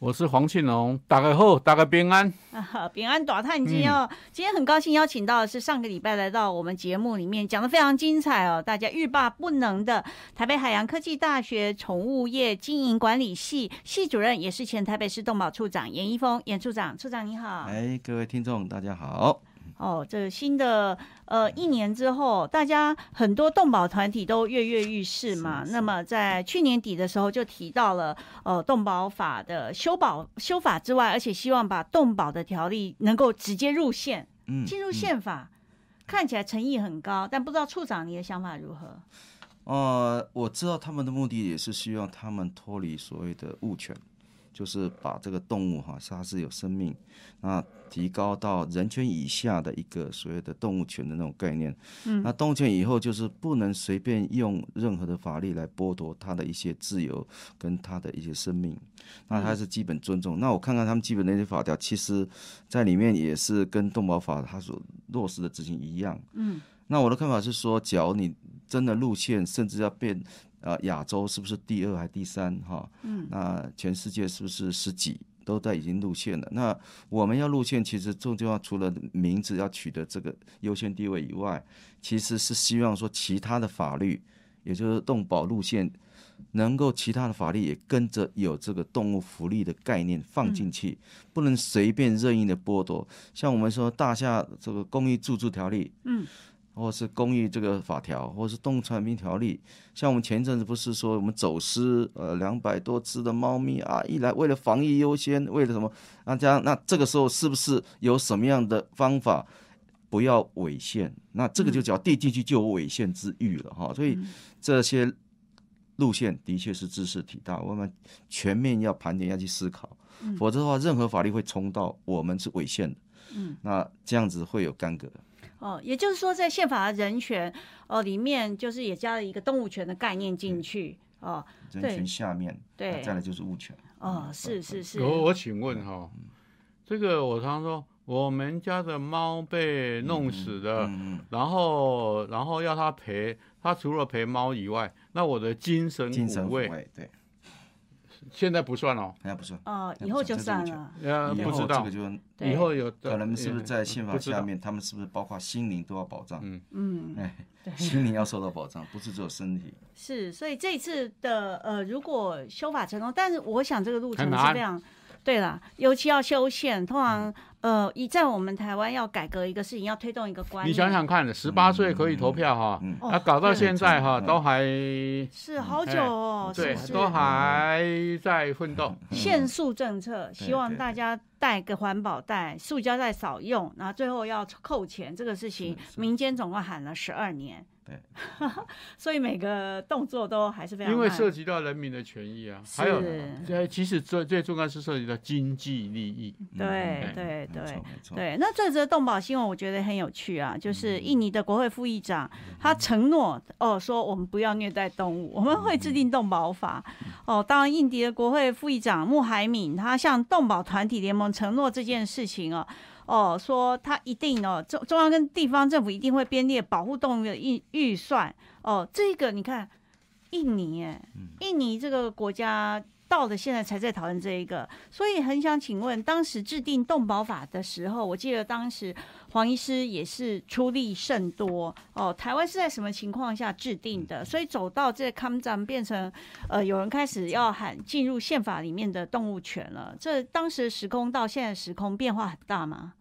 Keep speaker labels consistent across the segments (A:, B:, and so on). A: 我是黄庆龙，大家好，大家平安。
B: 啊， 平安短探机哦，今天很高兴邀请到的是上个礼拜来到我们节目里面讲的非常精彩哦，大家欲罢不能的台北海洋科技大学宠物业经营管理系系主任，也是前台北市动保处长严一峰严处长，处长你好。
C: 哎，各位听众，大家好。
B: 哦，这个新的呃一年之后，大家很多动保团体都跃跃欲试嘛。那么在去年底的时候就提到了呃动保法的修保修法之外，而且希望把动保的条例能够直接入宪，
C: 嗯
B: 进入宪法。看起来诚意很高，但不知道处长你的想法如何？
C: 呃，我知道他们的目的也是希望他们脱离所谓的物权，就是把这个动物哈，它是有生命，那提高到人权以下的一个所谓的动物权的那种概念。嗯，那动物权以后就是不能随便用任何的法律来剥夺它的一些自由跟它的一些生命。那它是基本尊重。那我看看他们基本那些法条，其实在里面也是跟动保法它所落实的执行一样。嗯，那我的看法是说，假如你真的路线，甚至要变呃亚洲是不是第二还第三哈？嗯，那全世界是不是十几？都在已经入线了。那我们要入线，其实最重要除了名字要取得这个优先地位以外，其实是希望说其他的法律，也就是动保路线，能够其他的法律也跟着有这个动物福利的概念放进去，不能随便任意的剥夺。像我们说大厦这个公益住住条例，
B: 嗯
C: 或是公益这个法条，或是动物传染病条例，像我们前一阵子不是说我们走私呃两百多只的猫咪啊，一来为了防疫优先，为了什么？那这样那这个时候是不是有什么样的方法不要违宪？那这个就只要递进去就有违宪之欲了哈。所以这些路线的确是知识体大，我们全面要盘点要去思考，否则的话任何法律会冲到我们是违宪的。嗯，那这样子会有干戈。
B: 哦，也就是说，在宪法的人权哦里面，就是也加了一个动物权的概念
C: 嗯
B: 进去哦。
C: 人
B: 对
C: 权下面，
B: 对
C: 那再来就是物权。
B: 哦，是是是，
A: 我我请问哈、这个我常说，我们家的猫被弄死了，
C: 嗯
A: 然后然后要它赔，它除了赔猫以外，那我的精神
C: 嗯，精神
A: 抚
C: 抚
A: 慰
C: 慰，对，哎
A: 现在不算哦，
C: 那不算。
B: 哦，以后就算
C: 啊
B: 了。
A: 呃，
C: 以
A: 不
C: 后
A: 知道
C: 这个，就
B: 对
A: 以后有呃
C: 可能是不是在宪法
A: 不知道
C: 下面，他们是不是包括心灵都要保障？
A: 嗯
B: 嗯，
C: 哎，
B: 对
C: 心灵要受到保障，不是只有身体。嗯
B: 是，所以这一次的呃，如果修法成功，但是我想这个路程
A: 很
B: 是
A: 难
B: 非常。对啦，尤其要修宪，通常呃，一在我们台湾要改革一个事情，要推动一个观念，
A: 嗯你想想看，十八岁可以投票哈、
C: 嗯
B: 哦
A: 那、搞到
B: 对
A: 现在哈、
C: 嗯
A: 都还
B: 是好久哦，
A: 嗯
C: 哎
A: 对
B: 是不，是
A: 都还在奋斗。
B: 限塑政策，
C: 嗯对
B: 希望
C: 对
B: 大家带个环保袋，塑胶袋少用，然后最后要扣钱，这个事情
C: 是是
B: 民间总共喊了十二年，
C: 对，
B: 所以每个动作都还是非常
A: 因为
B: 慢
A: 涉及到人民的权益啊，
B: 是
A: 还有，呃，其实最最重要是涉及到经济利益。
B: 对
C: 嗯
B: 对
C: 没
B: 对
C: 错，没错。嗯
B: 对，那这则动保新闻我觉得很有趣啊，就是印尼的国会副议长他承诺哦说我们不要虐待动物，我们会制定动保法。
C: 嗯
B: 哦，当然，印尼的国会副议长穆海敏他向动保团体联盟承诺这件事情哦。哦，说他一定哦，中中央跟地方政府一定会编列保护动物的预预算哦。这个你看，印尼耶，
C: 嗯
B: 印尼这个国家到了现在才在讨论这一个，所以很想请问，当时制定动保法的时候，我记得当时黄医师也是出力甚多哦。台湾是在什么情况下制定的？所以走到这康站变成呃，有人开始要喊进入宪法里面的动物权了。这当时的时空到现在的时空变化很大吗？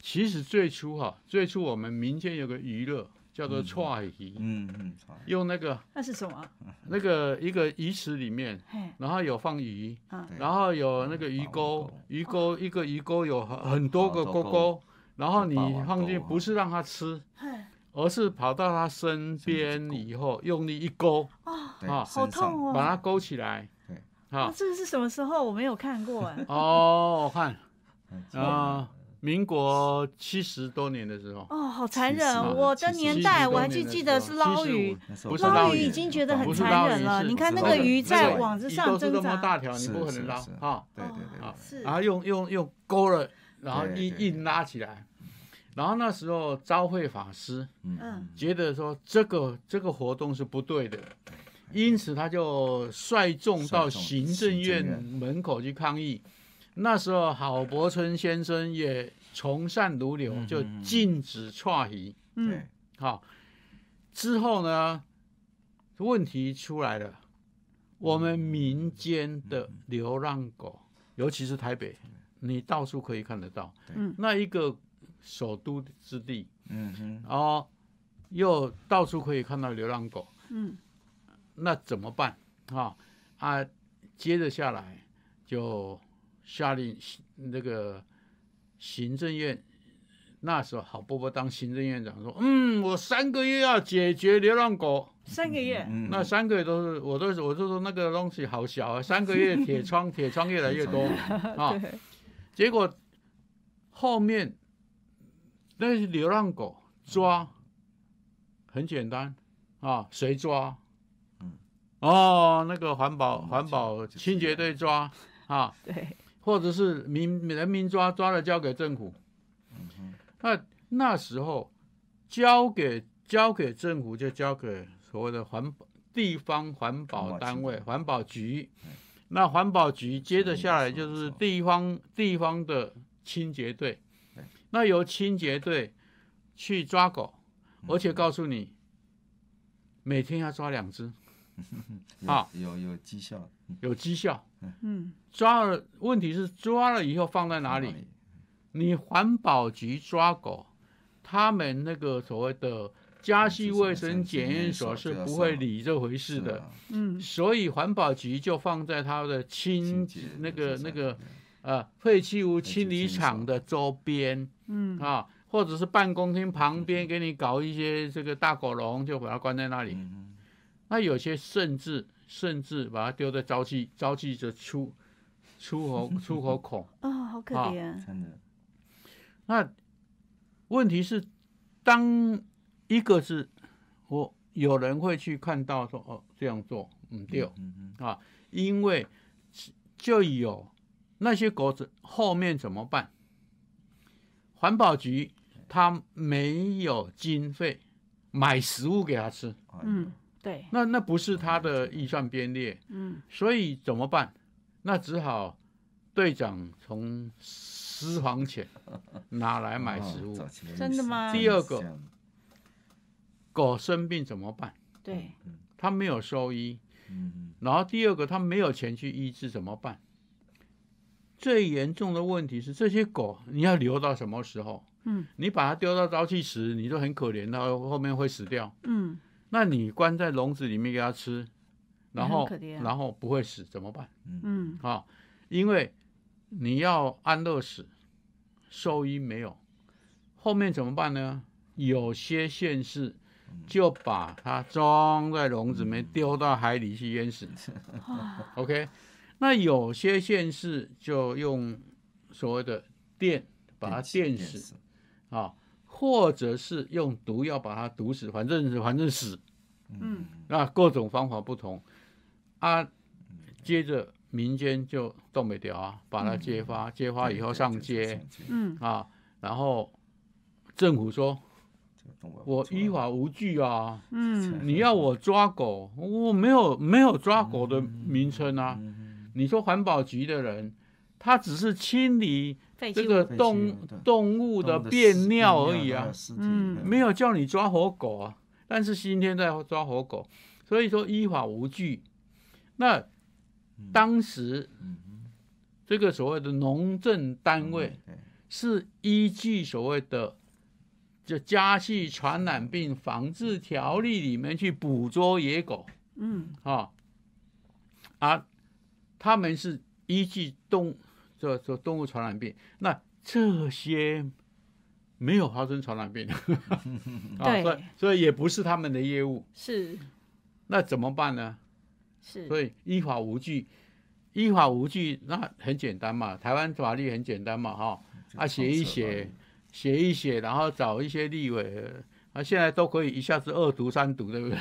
A: 其实最初哈、最初我们民间有个娱乐叫做踹鱼，
C: 嗯嗯，好
A: 用那个
B: 那是什么？
A: 那个一个鱼池里面，
B: 嘿，
A: 然后有放鱼，
B: 啊，
C: 对
A: 然后有那个鱼钩，鱼钩一个鱼钩有很很多个钩嗯钩，然后你放进去不是让它吃，
B: 哎
A: 而是跑到它啊身边以后用力一勾，
C: 对
B: 好
A: 啊
C: 身上
B: 痛哦！
A: 把它勾起来
C: 对。
B: 啊
A: 啊，。
B: 这个是什么时候？我没有看过哎
A: 哦，我看
C: 嗯
A: 啊，民国七十多年的时候，
B: 哦，好残忍
C: 其
B: 哦！
C: 实
B: 我的年代我还
A: 其
B: 记
A: 实
B: 记得是捞鱼，
C: 那时候
A: 不是
B: 捞
A: 捞
B: 鱼
A: 鱼
B: 已经觉得很
A: 不是
B: 残
A: 捞
B: 忍
A: 鱼
B: 了。
A: 是
B: 你看那
C: 不
B: 个
C: 是
B: 鱼
C: 不
B: 在
C: 是
B: 网子
A: 你
B: 上
A: 都是
B: 挣
A: 那么
B: 扎，
A: 大条，你
C: 是
A: 不可
C: 是
A: 能捞
C: 是
A: 啊
C: 对对
A: 啊
C: 对对，
B: 哦是
A: 然后用用用勾了，然后
C: 对
A: 硬
C: 对
A: 硬拉起来。然后那时候昭惠法师
B: 嗯
A: 觉得说这个这个活动是不对的，因此他就率众到
C: 率众
A: 行政院
C: 行政院
A: 门口去抗议。那时候郝柏村先生也从善如流，
C: 嗯
A: 就
C: 嗯嗯
A: 禁止串移。
B: 嗯，
C: 对，
A: 好，之后呢，问题出来了，我们民间的流浪狗，尤其是台北，你到处可以看得到。
B: 嗯
A: 那一个首都之地，
C: 嗯哼，
A: 然后哦又到处可以看到流浪狗，
B: 嗯，
A: 那怎么办啊？啊，接着下来就下令那个行政院。那时候，郝伯伯当行政院长说：“嗯，我三个月要解决流浪狗，
B: 三个月，
C: 嗯，
A: 那三个月都是，我都是，我就说那个东西好小啊，三个月铁 窗，铁窗越来越多啊。
B: 对，
A: 结果后面那些流浪狗抓很简单啊，谁抓？
C: 嗯
A: 哦，那个环保
C: 我们
A: 环保
C: 就
A: 清洁队抓啊，
B: 对，
A: 或者是民人民抓抓了交给政府。嗯那那时候交给交给政府，就交给所谓的环保地方环保单位
C: 环保局
A: 环保局。那环保局接着下来
C: 没错
A: 就
C: 没
A: 是
C: 错
A: 地方地方的清洁队
C: 对，
A: 那由清洁队去抓狗，而且告诉你每天要抓两只，
C: 有
A: 啊
C: 有有绩效
A: 有绩效。
B: 嗯，
A: 抓了，问题是抓了以后放在哪里？？你环保局抓狗，他们那个所谓的家畜卫生检验所是不会理这回事
C: 是
A: 的，
C: 啊
B: 嗯，
A: 所以环保局就放在它的
C: 清
A: 清
C: 洁
A: 嗯那个那个
C: 对
A: 呃废弃物
C: 弃
A: 清理
C: 清
A: 厂
C: 扫
A: 的周边，嗯啊，或者是办公厅旁边给你搞一些这个大狗笼，就把它关在那里。
C: 嗯
A: 那有些甚至甚至把它丢在沼气沼气的出出口出口孔。
B: 哦，好可
A: 啊
B: 怜
C: 哼，，真的
A: 那问题是，当一个是我有人会去看到说哦这样做嗯对，
C: 嗯
A: 啊，因为就有那些狗子后面怎么办？环保局他没有经费买食物给他吃，
C: 哼，
B: 嗯，对，
A: 那那不是他的预算编列，
B: 嗯，
A: 所以怎么办？那只好队长从私房钱拿来
C: 来
A: 买食
C: 哦
A: 物。
B: 真的吗
A: 第二个
C: 嗯
A: 狗生病怎么办？
B: 对，
A: 他没有兽医，
C: 嗯，
A: 然后第二个他没有钱去医治怎么办？最严重的问题是这些狗你要留到什么时候？
B: 嗯，
A: 你把它丢到沼气池，你就很可怜，它后面会死掉。
B: 嗯，
A: 那你关在笼子里面给它吃，然后
B: 很可怜啊
A: 然后不会死怎么办？
B: 嗯，
A: 啊，因为你要安乐死，兽医没有，后面怎么办呢？有些县市就把它装在笼子里面，丢到海里去淹 死。OK，那有些县市就用所谓的电把它电死啊，或者是用毒药把它毒死，反正是反正死。
B: 嗯，
A: 那各种方法不同啊，接着民间就动没掉啊，把它揭发，揭发以后上街，
B: 嗯，
A: 啊，然后政府说我啊依
C: 法
A: 法无据啊，
B: 嗯，
A: 你要我抓狗，我没有没有抓狗的名称啊，你说环保局的人。他只是清理
B: 废
A: 这
B: 弃
A: 个
B: 物，
C: 废弃物
A: 动
C: 对
A: 动物的便尿而已啊，，
B: 嗯
A: 没有叫你抓活狗啊，但是今天在抓活狗，所以说依法无据。那当时这个所谓的嗯农政单位是依据所谓的就《家畜传染病防治条例》里面去捕捉野狗
B: 嗯，
A: 啊，啊，他们是依据动这这动物传染病，那这些没有发生传 染病，啊，
B: 对
A: 所以所以也不是他们的业务，
B: 是
A: 那怎么办呢？
B: 是，
A: 所以依法无据，依法无据，那很简单嘛，台湾法律很简单嘛，哈、啊，写一写，写一写，然后找一些立委，啊，现在都可以一下子二读三读，对不对？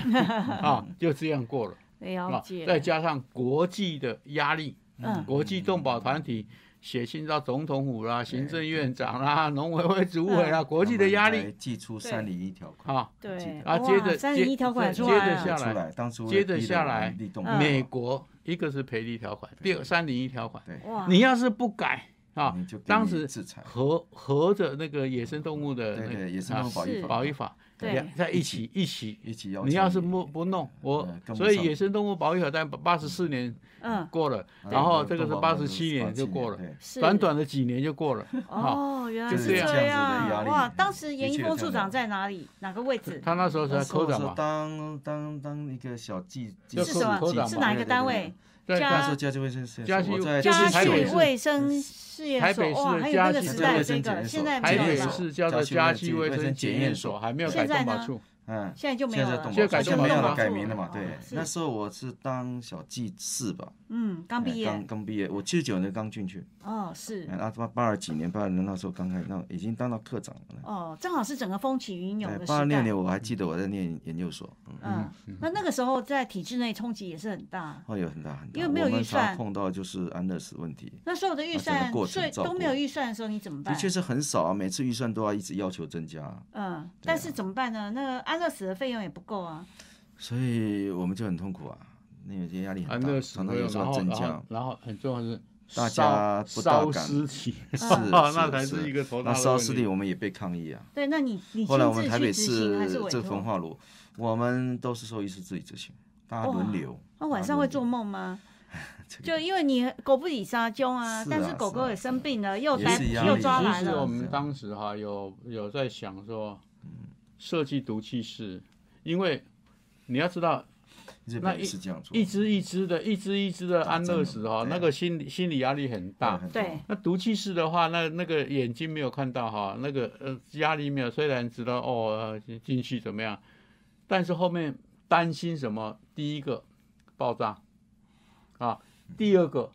A: 啊，就这样过了，
B: 了
A: 啊
B: 解，，
A: 再加上国际的压力，
B: 嗯
A: 国际动保团体写信到总统府啦、行政院长啦、农委会主委
B: 嗯
A: 啦，国际的压力，
C: 寄出三零一条款，
A: 啊，
B: 对，
A: 啊接着
B: 三
A: 接
B: 零一条款
A: 对
B: 出来
A: 接着
B: 了
A: 下
C: 出
A: 来
C: 来，当初
A: 接着下来
C: 立动啊
B: 嗯
A: 美国一个是赔率条款，第二三零一条款，
C: 对，
B: 哇，
A: 你要是不改啊
C: 你就，给
A: 当
C: 你
A: 时
C: 制裁
A: 合合着那个野生动物的
C: 对
A: 那个
C: 对野生
A: 啊
C: 动物保
B: 是
C: 育法
A: 保育法，
B: 对
A: 两在一起一起。
C: 一起要求
A: 你要是不不弄我
C: 嗯，跟不
A: 所以
C: 上
A: 野生动物保育法在八十四年
B: 嗯，
A: 过了，
C: 对
A: 然后
C: 啊动
A: 这个是
C: 保
A: 八
C: 法
A: 十七年就过了，
C: 对
B: 是
A: 短短的几年就过了。啊，
B: 哦，原来
A: 就是
B: 是
A: 这样
C: 子的压
B: 样啊
C: 力
B: 哇！当时严
C: 的
B: 一
C: 确
B: 峰
C: 这
B: 处
C: 样
B: 长在哪里？哪个位置？
A: 他那时候是在
C: 那时候
A: 科长
C: 是
A: 嘛，
C: 当当当一个小记，
A: 就
B: 什
A: 科
B: 么
A: 科长嘛
B: 是哪一个单位？
A: 在
B: 家
C: 那时候家居卫生所，
A: 家居
C: 我在
A: 就是
B: 家
A: 台
B: 具
A: 北市
B: 卫生事业
A: 台
B: 所
A: 北市
B: 哇，
A: 的
B: 还有那
A: 家
B: 个
A: 具
B: 时
A: 卫
B: 代
C: 生
B: 这
C: 检
B: 个，
C: 验
B: 现
C: 所
B: 在没
A: 台
B: 有
A: 北
B: 了，
A: 市叫做家
C: 家
A: 居
C: 居
A: 卫
C: 卫
A: 生
C: 生
A: 检
C: 检
A: 验
C: 验
A: 所，
C: 所
A: 还没有
B: 现
A: 改
B: 在
A: 动保
B: 呢
A: 处。
C: 嗯，
B: 现在就没
C: 现
B: 有
C: 在
B: 了
C: 动，
A: 现在改动
C: 保就
A: 保
C: 没有
A: 法
C: 了，
A: 了
C: 改名了嘛。
B: 哦
C: 对，
B: 是
C: 那时候我是当小记四吧，
B: 嗯，刚毕
C: 哎
B: 业
C: 刚刚毕业，我七十九年刚进去，
B: 哦，是
C: 哎那八八二几年，八二年那时候刚开始，那已经当到科长了。
B: 哦，正好是整个风起云涌
C: 哎
B: 的时
C: 八二
B: 代
C: 那。年我还记得我在念研究所，嗯，
B: 嗯，那那个时候在体制内冲击也是很大，
C: 会有很大很大，
B: 因为没有
C: 我们
B: 预算
C: 常碰到就是安乐死问题，
B: 那所有的预
C: 把整个
B: 算
C: 过，程
B: 所以
C: 照
B: 都没
C: 顾
B: 有预算的时候，你怎么
C: 的
B: 办？
C: 确是很少啊，每次预算都要一直要求增加啊，
B: 嗯，但是怎么办呢？那个安乐死的费用也不够啊。
C: 所以我们就很痛苦啊，那有些压力
A: 安
C: 很大
A: 乐，死
C: 常
A: 会
C: 常
A: 有
C: 有时候
A: 然
C: 要
A: 后
C: 增
A: 然
C: 加
A: 后。然后很重要的是
C: 大
A: 烧
C: 家不大
A: 烧
C: 敢
A: 尸体，
C: 是，
A: 哦那才是
C: 是
A: 一个头大
C: 那
A: 的
C: 烧
A: 问
C: 尸
A: 题
C: 体我们也被抗议啊。
B: 对，那你你
C: 后来我
B: 亲自
C: 们台
B: 去
C: 北
B: 执行还
C: 市
B: 是委
C: 这个焚
B: 托？
C: 化炉，我们都是兽医师自己执行，大家轮流。
B: 那晚
C: 大家
B: 上会
C: 轮流
B: 做梦吗？就因为你狗不理沙丘啊，
C: 啊是啊
B: 但是狗狗也生病了，又
C: 也
B: 逮
C: 是一样
B: 又
C: 的
B: 抓
C: 意
B: 来
A: 其
C: 思
A: 实
B: 了
A: 我。们当时哈有有在想说，
C: 嗯
A: 设计毒气室，因为你要知道，
C: 日
A: 那
C: 本也是这样做，
A: 一只一只的，一只一只的安乐死哈，
C: 对啊
A: 那个心理心理压力很大。
C: 很多
B: 对，
A: 那毒气室的话，那那个眼睛没有看到哈，那个呃压力没有，虽然知道哦呃进去怎么样，但是后面担心什么？第一个爆炸啊，第二个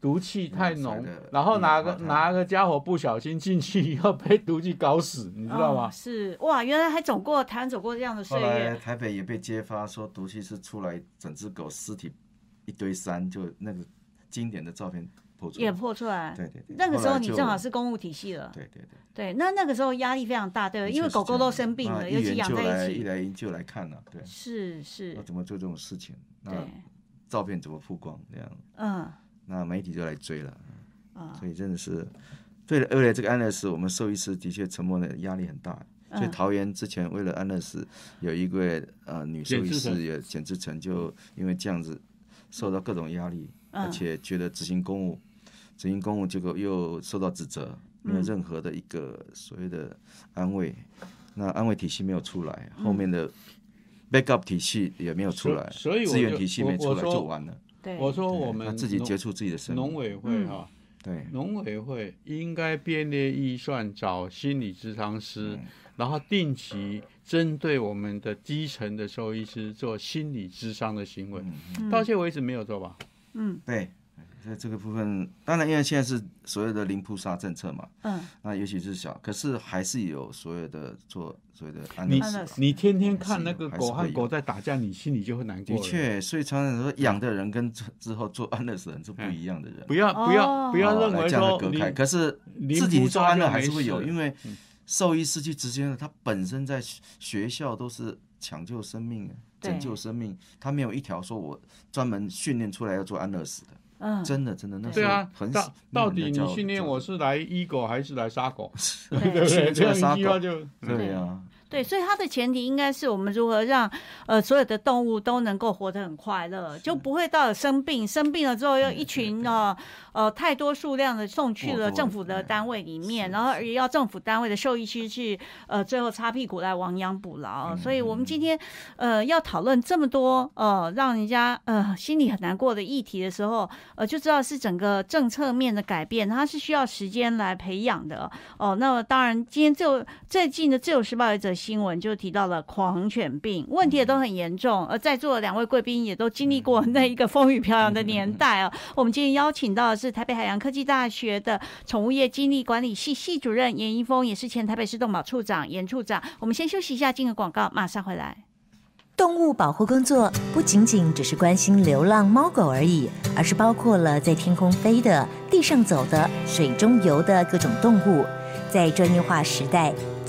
A: 毒气太浓
C: 嗯所谓的，
A: 然后哪个
C: 一氧化碳
A: 哪个家伙不小心进去以后被毒气搞死，你知道
B: 哦
A: 吗？
B: 是哇，原来还走过台湾走过这样的岁
C: 后来
B: 月，
C: 台北也被揭发说毒气是出来整只狗尸体一堆山，就那个经典的照片破出
B: 也
C: 来。
B: 破出来。
C: 对对对，
B: 那个时候
C: 后来
B: 你
C: 就
B: 正好是公务体系了，
C: 对对对，
B: 对，那那个时候压力非常大，对吧，呃因为狗狗都生病了，
C: 那
B: 尤
C: 议
B: 其
C: 员
B: 养
C: 就
B: 在
C: 来
B: 一
C: 一哦
B: 起，
C: 来就来看了，对，
B: 是是
C: 那，怎么做这种事情？那
B: 对，
C: 照片怎么曝光？这样，
B: 嗯
C: 那媒体就来追了。
B: 啊，
C: 所以真的是，对了，为了这个安乐死，我们兽医师的确沉默的压力很大。所以
B: 嗯
C: 桃园之前为了安乐死，有一位呃女兽
A: 简
C: 医
A: 志成
C: 师也简志成就因为这样子受到各种压力，而
B: 嗯
C: 且觉得执行公务，执行公务结果又受到指责，
B: 嗯
C: 没有任何的一个所谓的安慰，那安慰体系没有出来，后
B: 嗯
C: 面的 backup 体系也没有出来，
A: 所所以我
C: 资源
A: 就
C: 体系
A: 我
C: 没
A: 我
C: 出来
A: 说
C: 就完了，
B: 嗯对，
A: 我说我
C: 对
A: 们
C: 他自己
A: 农
C: 结束自己的生
A: 农
C: 命，
A: 委会哈、
C: 对，
A: 农委会应该编列预算，找心理咨商师，
C: 嗯
A: 然后定期针对我们的基层的兽医师做心理咨商的行
C: 嗯
A: 为。到现在为止没有做吧？
C: 对，在这个部分，当然因为现在是所谓的零扑杀政策嘛，
B: 嗯，
C: 那尤其是小，可是还是有所有的做所谓的安
A: 你
C: 乐
B: 安乐
C: 死
B: 死
C: 啊。
A: 你天天看那
C: 还是
A: 个
C: 有还是
A: 狗
C: 会
A: 和
C: 有
A: 狗在打架，你心里就会难过
C: 的
A: 了。
C: 确，所以常常说养的人跟之之后做安乐死的人是不一样的人，
A: 不要不
B: 哦
A: 要不要
C: 哦
A: 认
C: 来
A: 为
C: 这样的
A: 说
C: 隔
A: 你
C: 开。可是
A: 零
C: 自己
A: 扑
C: 做
A: 杀
C: 安
A: 就
C: 乐还
A: 没
C: 是会
A: 事
C: 有，
A: 了嗯
C: 因为兽医失去职业，他本身在学学校都是抢救生命、啊
B: 对
C: 拯救生命，他没有一条说我专门训练出来要做安乐死的。
B: 嗯，
C: 真的，真的，那
A: 对
C: 时候
A: 啊
C: 很，少
A: 到到底你训练我
C: 是
A: 是来医狗还是来杀狗？
B: 对
A: 对不对？
C: 训练出
A: 这
C: 来
A: 样
C: 杀
A: 一句话
C: 狗，
A: 就
C: 对啊，
B: 对，所以它的前提应该是我们如何让呃所有的动物都能够活得很快乐，就不会到有生病，生病了之后又一群呃呃太多数量的送去
C: 过
B: 了
C: 多
B: 政
C: 了
B: 府的
C: 对
B: 单位里面，
C: 是
B: 然后也要政府单位的兽医师去呃最后擦屁股来亡羊补
C: 嗯
B: 牢。所以我们今天呃要讨论这么多呃让人家呃心里很难过的议题的时候，呃就知道是整个政策面的改变，它是需要时间来培养的。哦，那么当然，今天就最近的《自由时报》有一则新闻就提到了狂犬病，问题也都很严重。而在座的两位贵宾也都经历过那一个风雨飘摇的年代啊。我们今天邀请到的是台北海洋科技大学的宠物业经理管理系系主任严一峰，也是前台北市动保处长严处长。我们先休息一下，进个广告，马上回来。
D: 动物保护工作不仅仅只是关心流浪猫狗而已，而是包括了在天空飞的、地上走的、水中游的各种动物。在专业化时代，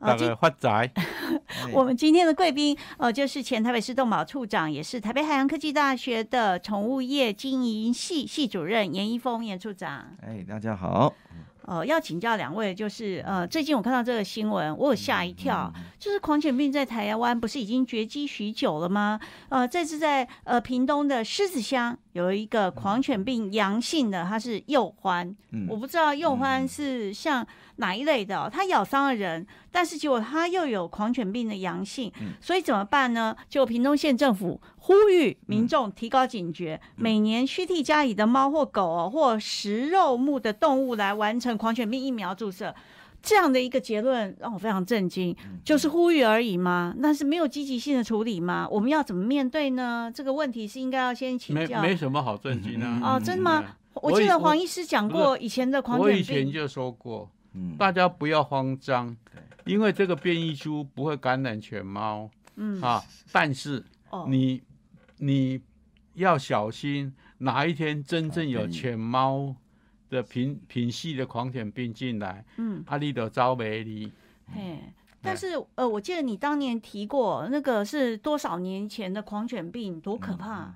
A: 大
B: 今
A: 家发财。
C: 哎
B: 我们今天的贵宾，呃，就是前台北市动保处长，也是台北海洋科技大学的宠物业经营系系主任严一峰严处长。
C: 哎，大家好，
B: 呃，要请教两位，就是呃，最近我看到这个新闻，我有吓一跳，就是狂犬病在台湾不是已经绝迹许久了吗？呃，这次在呃屏东的狮子乡有一个狂犬病阳性的，它是幼獾，
C: 嗯
B: 我不知道幼獾是像哪一类的、哦，它咬伤了人，但是结果它又有狂犬病的阳性，
A: 嗯
B: 所以怎么办呢？就屏东县政府呼吁民众提高警觉，
A: 嗯
B: 每年需替家里的猫或狗、哦、或食肉目的动物来完成狂犬病疫苗注射。这样的一个结论让我非常震惊，
A: 嗯
B: 就是呼吁而已吗？那是没有积极性的处理吗？我们要怎么面对呢？这个问题是应该要先请
A: 没
B: 教。
A: 没什么好震惊啊。
B: 哦，真的吗？我记
A: 以
B: 得
A: 我
B: 黄医师讲过以前的狂
A: 我以
B: 犬
A: 前
B: 病，
A: 就说过，
C: 嗯，
A: 大家不要慌张，因为这个变异株不会感染犬猫
B: 嗯，
A: 啊，但是
B: 哦，
A: 你你要小心，哪一天真正有
C: 变异
A: 犬猫的品品系的狂犬病进来，
B: 嗯，
A: 阿力的招没你。
B: 嘿，但是呃，我记得你当年提过那个是多少年前的狂犬病，多
C: 嗯
B: 可怕！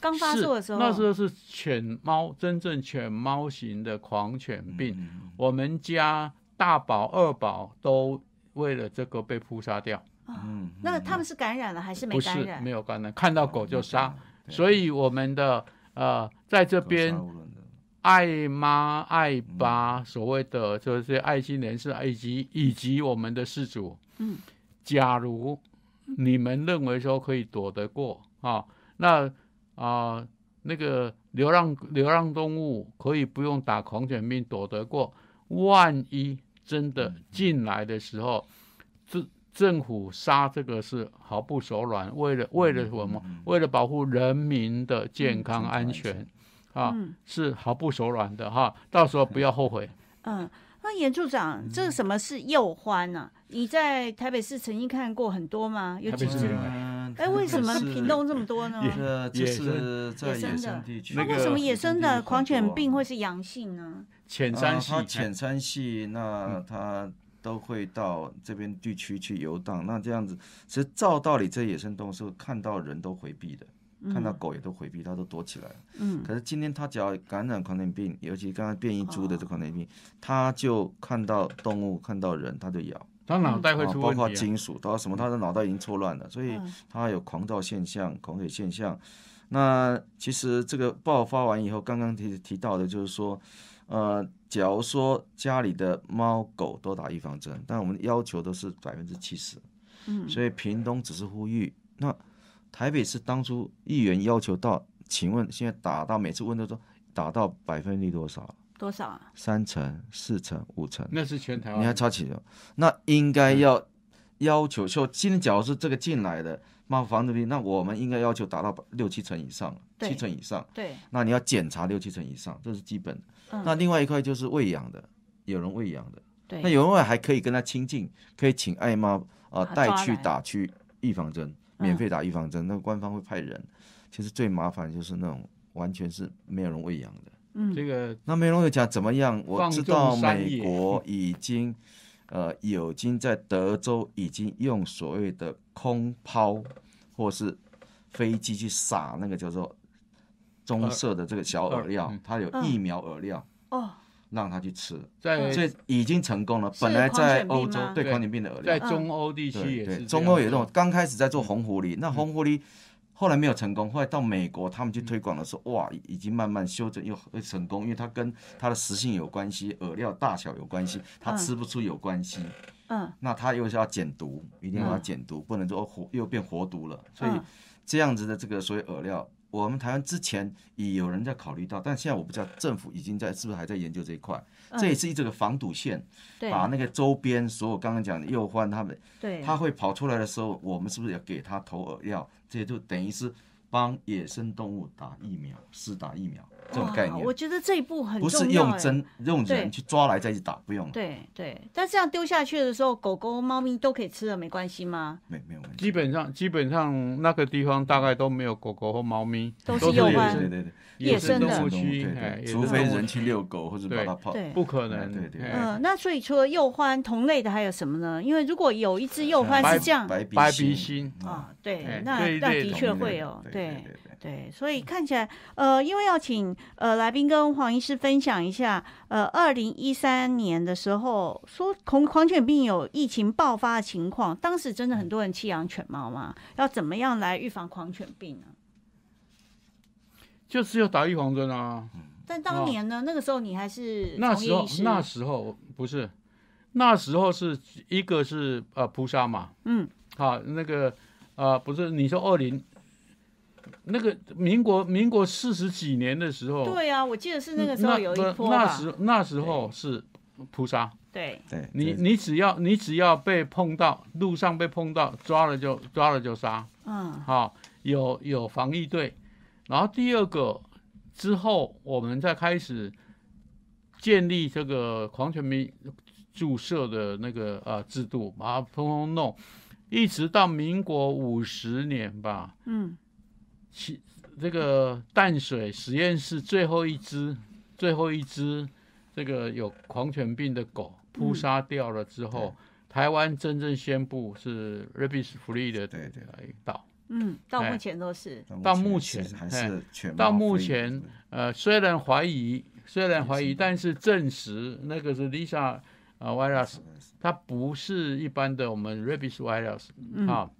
B: 刚发
A: 是
B: 作的时候，
A: 那时候是犬猫，真正犬猫型的狂犬
C: 嗯
A: 病。我们家大宝、二宝都为了这个被扑杀掉，
B: 啊
C: 嗯
B: 那他们是感染了还是没
A: 不
B: 感
A: 是
B: 染
A: 没？有感染，看到
C: 嗯
A: 狗就杀。
C: 对
A: 所以我们的呃，在这边
C: 狗杀无论的
A: 爱妈爱爸，所谓的就是爱心人士，以及以及我们的事主，
B: 嗯，
A: 假如你们认为说可以躲得过啊，那啊、那个流浪流浪动物可以不用打狂犬病躲得过，万一真的进来的时候，政政府杀这个是毫不手软，为了为了什么？为了保护人民的嗯健康安全。啊，
B: 嗯
A: 是毫不手软的哈，到时候不要后悔。
B: 嗯，那严处长，这个什么是幼獾呢？你在台北市曾经看过很多吗？有
A: 台
B: 几
A: 北市没
B: 只
A: 有？
C: 嗯
B: 哎，为什么
C: 是
B: 屏东这么多呢？
C: 这这
A: 野
C: 是在
B: 野
C: 野
B: 生的
C: 生地区，
B: 那为什么野生的狂犬
C: 啊
B: 病会是阳性呢？
A: 浅
C: 呃
A: 山系，哎嗯
C: 它浅山系，那它都会到这边地区去游荡。那这样子，其实照道理，这野生动物是看到人都回避的，看到狗也都回避，它都躲起来。
B: 嗯，
C: 可是今天它只要感染狂犬病，尤其刚刚变异
A: 哦
C: 株的这狂犬病，它就看到动物、看到人，它就咬，
A: 他脑袋会
C: 啊
A: 出
C: 包
A: 问
C: 括
A: 题、啊。嗯
C: 金属，它什么，它的脑袋已经错乱了，所以
B: 嗯
C: 它有狂躁现象、狂血现象。那其实这个爆发完以后，刚刚提提到的就是说，呃，假如说家里的猫狗都打预防针，但我们要求都是百分之七十，嗯，所以屏东只是呼吁。那台北市当初议员要求到，请问现在打到每次问都说打到百分率多少？
B: 多少啊？
C: 三成、四成、五成？
A: 那是全台
B: 嗯
C: 你还
A: 湾。
C: 超起了，那应该要要求说，今天假如是这个进来的冒防毒力，那我们应该要求达到六七成以上，
B: 对
C: 七成以上。
B: 对，
C: 那你要检查六七成以上，这是基本的。
B: 嗯
C: 那另外一块就是喂养的，有人喂养的，那
B: 对，
C: 有人喂还可以跟他亲近，可以请爱妈
B: 把
C: 啊
B: 他
C: 带
B: 抓
C: 去
B: 来嗯
C: 打去预防针，免费打预防针。那官方会派人。其实最麻烦就是那种完全是没有人喂养的。
B: 嗯
A: 这个
C: 那梅隆又讲怎么样？我
A: 放
C: 知
A: 纵
C: 道
A: 山
C: 美
A: 野
C: 国已经，呃，有经在德州已经用所谓的空抛或是飞机去撒那个叫做棕
A: 饵
C: 色的这个小饵
A: 饵
C: 料
A: 嗯，
C: 它有
B: 嗯
C: 疫苗饵料
B: 哦，
C: 让它去吃，
A: 在
C: 所以已经成功了。
B: 是
C: 本来
B: 狂
C: 在
B: 犬病
C: 欧洲
B: 吗
C: 对
A: 对
C: 狂犬病的饵
A: 在
C: 料，
A: 中欧地区
C: 对
A: 也是
C: 对，中欧
A: 这
C: 有这种
A: 样，嗯
C: 刚开始在做红狐狸，那红狐狸。后来没有
A: 嗯
C: 成功，后来到美国，他们去推广的时候，哇，已经慢慢修正又会成功，因为它跟它的食性有关系，饵料大小有关系，它
B: 嗯
C: 吃不出有关系。
B: 嗯
C: 那它又是要减毒，一定要把它
B: 嗯
C: 减毒，不能说活又变活毒了。所以
B: 嗯
C: 这样子的这个所谓饵料，我们台湾之前也有人在考虑到，但现在我不知道政府已经在是不是还在研究这一块。这也
B: 嗯，
C: 是一这个防堵线，
B: 对
C: 把那个周边所有刚刚讲的鼬獾他们
B: 对，
C: 它会跑出来的时候，我们是不是要给它投饵料？这些就等于是帮野生动物打疫苗，施打疫苗这种
B: 哇
C: 概
B: 我
C: 念，
B: 觉得这一步很
C: 不是
B: 重要
C: 用
B: 哎
C: 针用
B: 对
C: 人去抓来再去打，不用了，
B: 对对，但这样丢下去的时候，狗狗、猫咪都可以吃了，没关系吗？
C: 没没有问题。
A: 基本上基本上那个地方大概都没有狗狗或猫咪，
B: 都是
A: 都是
B: 有
A: 野
B: 关
C: 对
A: 生
C: 对对，
B: 野生的
A: 动物
C: 对
A: 区，哎野
C: 对对，
A: 生
C: 除非
A: 动物
C: 人
A: 区
C: 去遛狗或者把
A: 对
C: 它泡，
B: 对
A: 不可能，
C: 对对对
A: 哎
B: 嗯，那所以除了鼬獾，同类的还有什么呢？因为如果有一只鼬獾
A: 白
B: 是这样
C: 哎白鼻
A: 白鼻心，
B: 啊，对
A: 哎，
B: 那
A: 这一
B: 那
A: 类
B: 的
A: 同
B: 确
C: 同类
B: 会
C: 的
B: 哦，
C: 对
B: 对
C: 对对对
B: 对，所
C: 嗯
B: 以看起来，呃，因为要请呃来宾跟黄医师分享一下，呃，二零一三年的时候说狂狂犬病有疫情爆发的情况，当时真的
C: 嗯
B: 很多人弃养犬猫嘛，要怎么样来预防狂犬病呢？
A: 就只有打预防针啊。
B: 但当
A: 哦
B: 年呢，那个时候你还是
A: 那
B: 从
A: 时
B: 业
A: 候
B: 医师
A: 那时候不是，那时候是一个是呃扑杀嘛，
B: 嗯，
A: 好、那个呃不是你说二零那个民国民国四十几年的时候，
B: 对啊，我记得是
A: 嗯，
B: 那个时候有一波
A: 那
B: 吧，
A: 时那时候是扑杀，
B: 对，
C: 对，
A: 你
C: 这
A: 你只要你只要被碰到路上被碰到抓了就抓了就杀，
B: 嗯
A: 好、有有防疫队，然后第二个之后，我们再开始建立这个狂犬病注射的那个呃制度，把它通通弄，一直到民国五十年吧，
B: 嗯，
A: 其这个淡水实验室最后一只最后一只这个有狂犬病的狗
C: 嗯
A: 扑杀掉了之后。台湾真正宣布是 rabies free 的
C: 对对
A: 呃岛，
B: 嗯，到目
A: 哎
B: 前都是，
A: 到目
C: 是
A: 前
C: 还
A: 哎
C: 是全
A: 到目前呃，虽然怀疑，虽然怀疑，但是证实那个是 Lisa 呃 virus，它不是一般的我们 rabies virus
B: 嗯
A: 啊。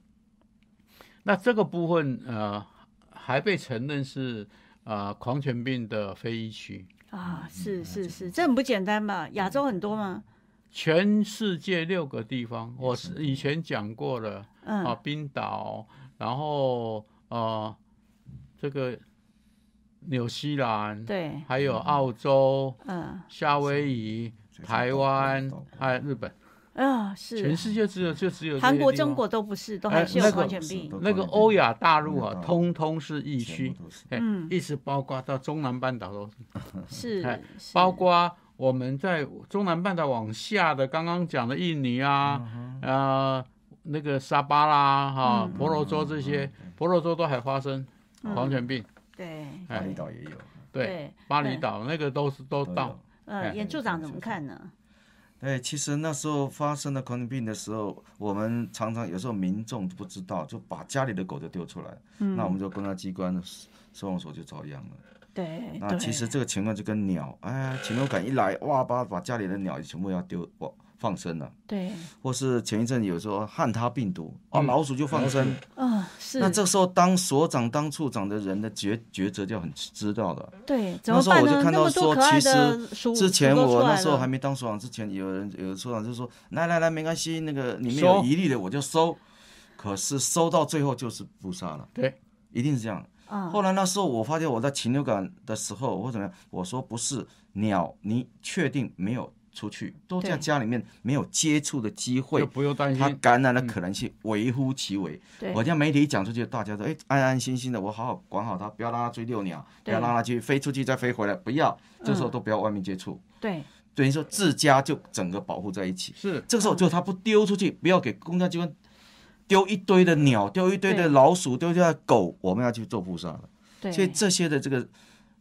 A: 那这个部分呃，还被承认是呃狂犬病的非疫区。
B: 啊，是是是，这很不简单吧？亚洲很多吗？
A: 全世界六个地方，我是以前讲过了啊，
B: 嗯，
A: 冰岛，然后呃，这个纽西兰，
B: 对，
A: 还有澳洲，
B: 嗯
A: 夏威夷、台湾
C: 所以才
A: 还有哎日本，
B: 啊，
A: 全
B: 是
A: 世界只有就只有这些
B: 韩国、
A: 地方
B: 中国都不是，都
A: 哎
B: 还是有
A: 那
B: 狂
A: 个
B: 犬病
C: 是。
A: 那个欧亚大陆啊
C: 欧亚大，陆
A: 通通是疫区，哎
B: 嗯，
A: 一直包括到中南半岛都是，
B: 是
A: 哎，
B: 是
A: 包括我们在中南半岛往下的，刚刚讲的印尼
C: 嗯
A: 啊，呃，那个沙巴啦，哈
B: 嗯，
A: 婆罗洲这些，婆罗洲都还发生狂犬病，
B: 对
C: 巴
A: 哎
C: 厘，岛也有，
A: 对，巴厘岛那个都是都
C: 都
A: 到
C: 有，
B: 呃，
A: 哎
B: 严处长怎么看呢？
C: 对，哎其实那时候发生了狂犬病的时候，我们常常有时候民众都不知道，就把家里的狗就丢出来，那我们就公安机关、收容所就遭殃了。
B: 对，
C: 那
B: 对
C: 其实这个情况就跟鸟，哎，禽流感一来，哇，把把家里的鸟全部要丢哇放生了，
B: 对，
C: 或是前一阵有时候汉他病毒，啊，
A: 嗯
C: 老鼠就放生。
B: 嗯，是，
C: 那这时候当所长、当处长的人的抉抉择就很知道的。
B: 对，怎
C: 那
B: 么
C: 时候
B: 办
C: 我就
B: 呢？
C: 看
B: 那
C: 到
B: 么多
C: 说，
B: 可爱
C: 其
B: 的
C: 实
B: 鼠，
C: 之前
B: 鼠都出
C: 我那
B: 来
C: 时候
B: 了
C: 还没当所长之前，有人有的所长就说：“来来来，没关系，那个里面
A: 收
C: 有疑虑的我就收。”可是收到最后就是不杀了，
A: 对，
C: 一定是这样。
B: 啊，
C: 后来那时候我发现我在禽流感的时候，我怎么样？我说不是鸟，你确定没有出去，都在
B: 对
C: 家里面没有接触的机
A: 就
C: 会，
A: 不用担
C: 它
A: 心。嗯
C: 感染的可能性微乎其微。
B: 对
C: 我，家媒体一讲出去，大家都哎安安心心的，我好好管好它，不要让它追遛鸟，不
B: 对嗯
C: 要让它去飞出去再飞回来，不要，这时候都不要外面接触，
B: 对，
C: 等于说自家就整个保护在一起。
A: 是
C: 这个
B: 嗯
C: 时候就它不丢出去，不要给公家机关丢一堆的鸟，丢一堆
B: 对
C: 的老鼠，丢一堆的狗，我们要去做扑杀了。
B: 对，
C: 所以这些的这个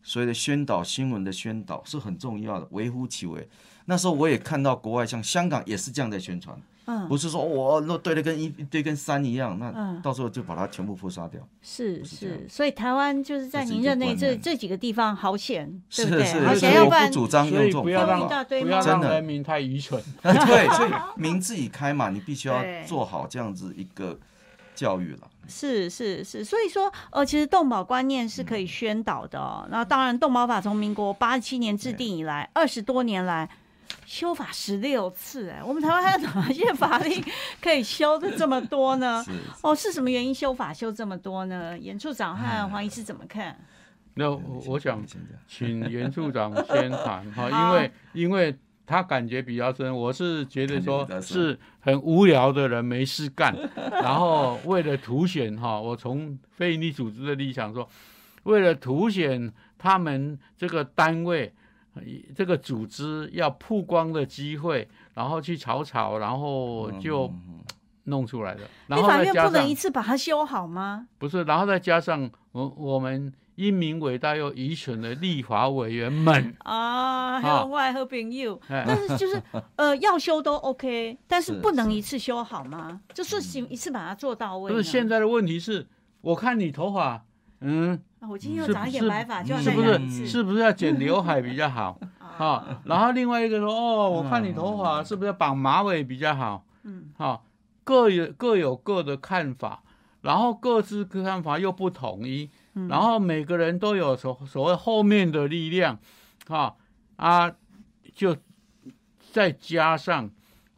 C: 所谓的宣导新闻的宣导是很重要的，微乎其微。那时候我也看到国外像香港也是这样在宣传，
B: 嗯
C: 不是说我那对的跟一对跟三一样，那
B: 嗯
C: 到时候就把它全部封杀掉。
B: 是
C: 是这样
B: 是，所以台湾就是在
C: 这是
B: 您
C: 一个
B: 任内
C: 观
B: 这
C: 念
B: 这几个地方好险，对
C: 是
B: 不
C: 是
B: 对？好
C: 是，所
B: 险，
C: 以
B: 要
C: 我
B: 不然
C: 不主张用
A: 所
C: 这
A: 以
C: 种
A: 不要
C: 方
B: 用一
C: 法
B: 大。
A: 让
B: 堆
A: 不要
C: 真
A: 让
C: 的
A: 人民太愚蠢。
C: 对，所以名自己开嘛，你必须要
B: 对
C: 做好这样子一个教育了。
B: 是是是，所以说呃，其实动保观念是可以宣导的哦。
C: 嗯
B: 那当然，动保法从民国八十七年制定以来，二十多年来。修法十六次、哎，我们台湾还有哪些法律 可以修的这么多呢？
C: 是，
B: 哦，是什么原因修法修这么多呢？严处长和黄医师怎么看？
A: 那我我想
C: 你先讲
A: 请严处长先谈 哈，因为因为他感觉比较深，我是觉得说
C: 感觉比较深
A: 是很无聊的人没事干， 然后为了凸显哈，我从非营利组织的立场说，为了凸显他们这个单位。呃这个组织要曝光的机会，然后去炒炒，然后就
C: 嗯嗯嗯
A: 弄出来的。然
B: 立
A: 后
B: 法
A: 再
B: 院
A: 加
B: 不
A: 上
B: 能一次把它修好吗？
A: 不是，然后再加上我我们英明伟大又愚蠢的立法委员们，
B: 啊，还
A: 啊
B: 有外和朋友，
A: 哎
B: 但是就是 呃，要修都 OK，但是
C: 是
B: 不能一次修好吗？就事情一次把它做到位
A: 不
B: 呢。
A: 是现在的问题是，我看你头发，嗯，
B: 啊我今天又
A: 是
B: 长一点
A: 是
B: 白发，就要
C: 嗯
A: 是
B: 再
A: 不
B: 染一
A: 是
B: 次。
A: 是不是要剪刘海比较 好
B: 啊，
A: 啊？然后另外一个说，哦，我看你头发是不是要绑马尾比较好？
B: 嗯，
A: 哈，各有各有各的看法，然后各自看法又不统一，
B: 嗯
A: 然后每个人都有所所谓后面的力量，哈啊，就再加上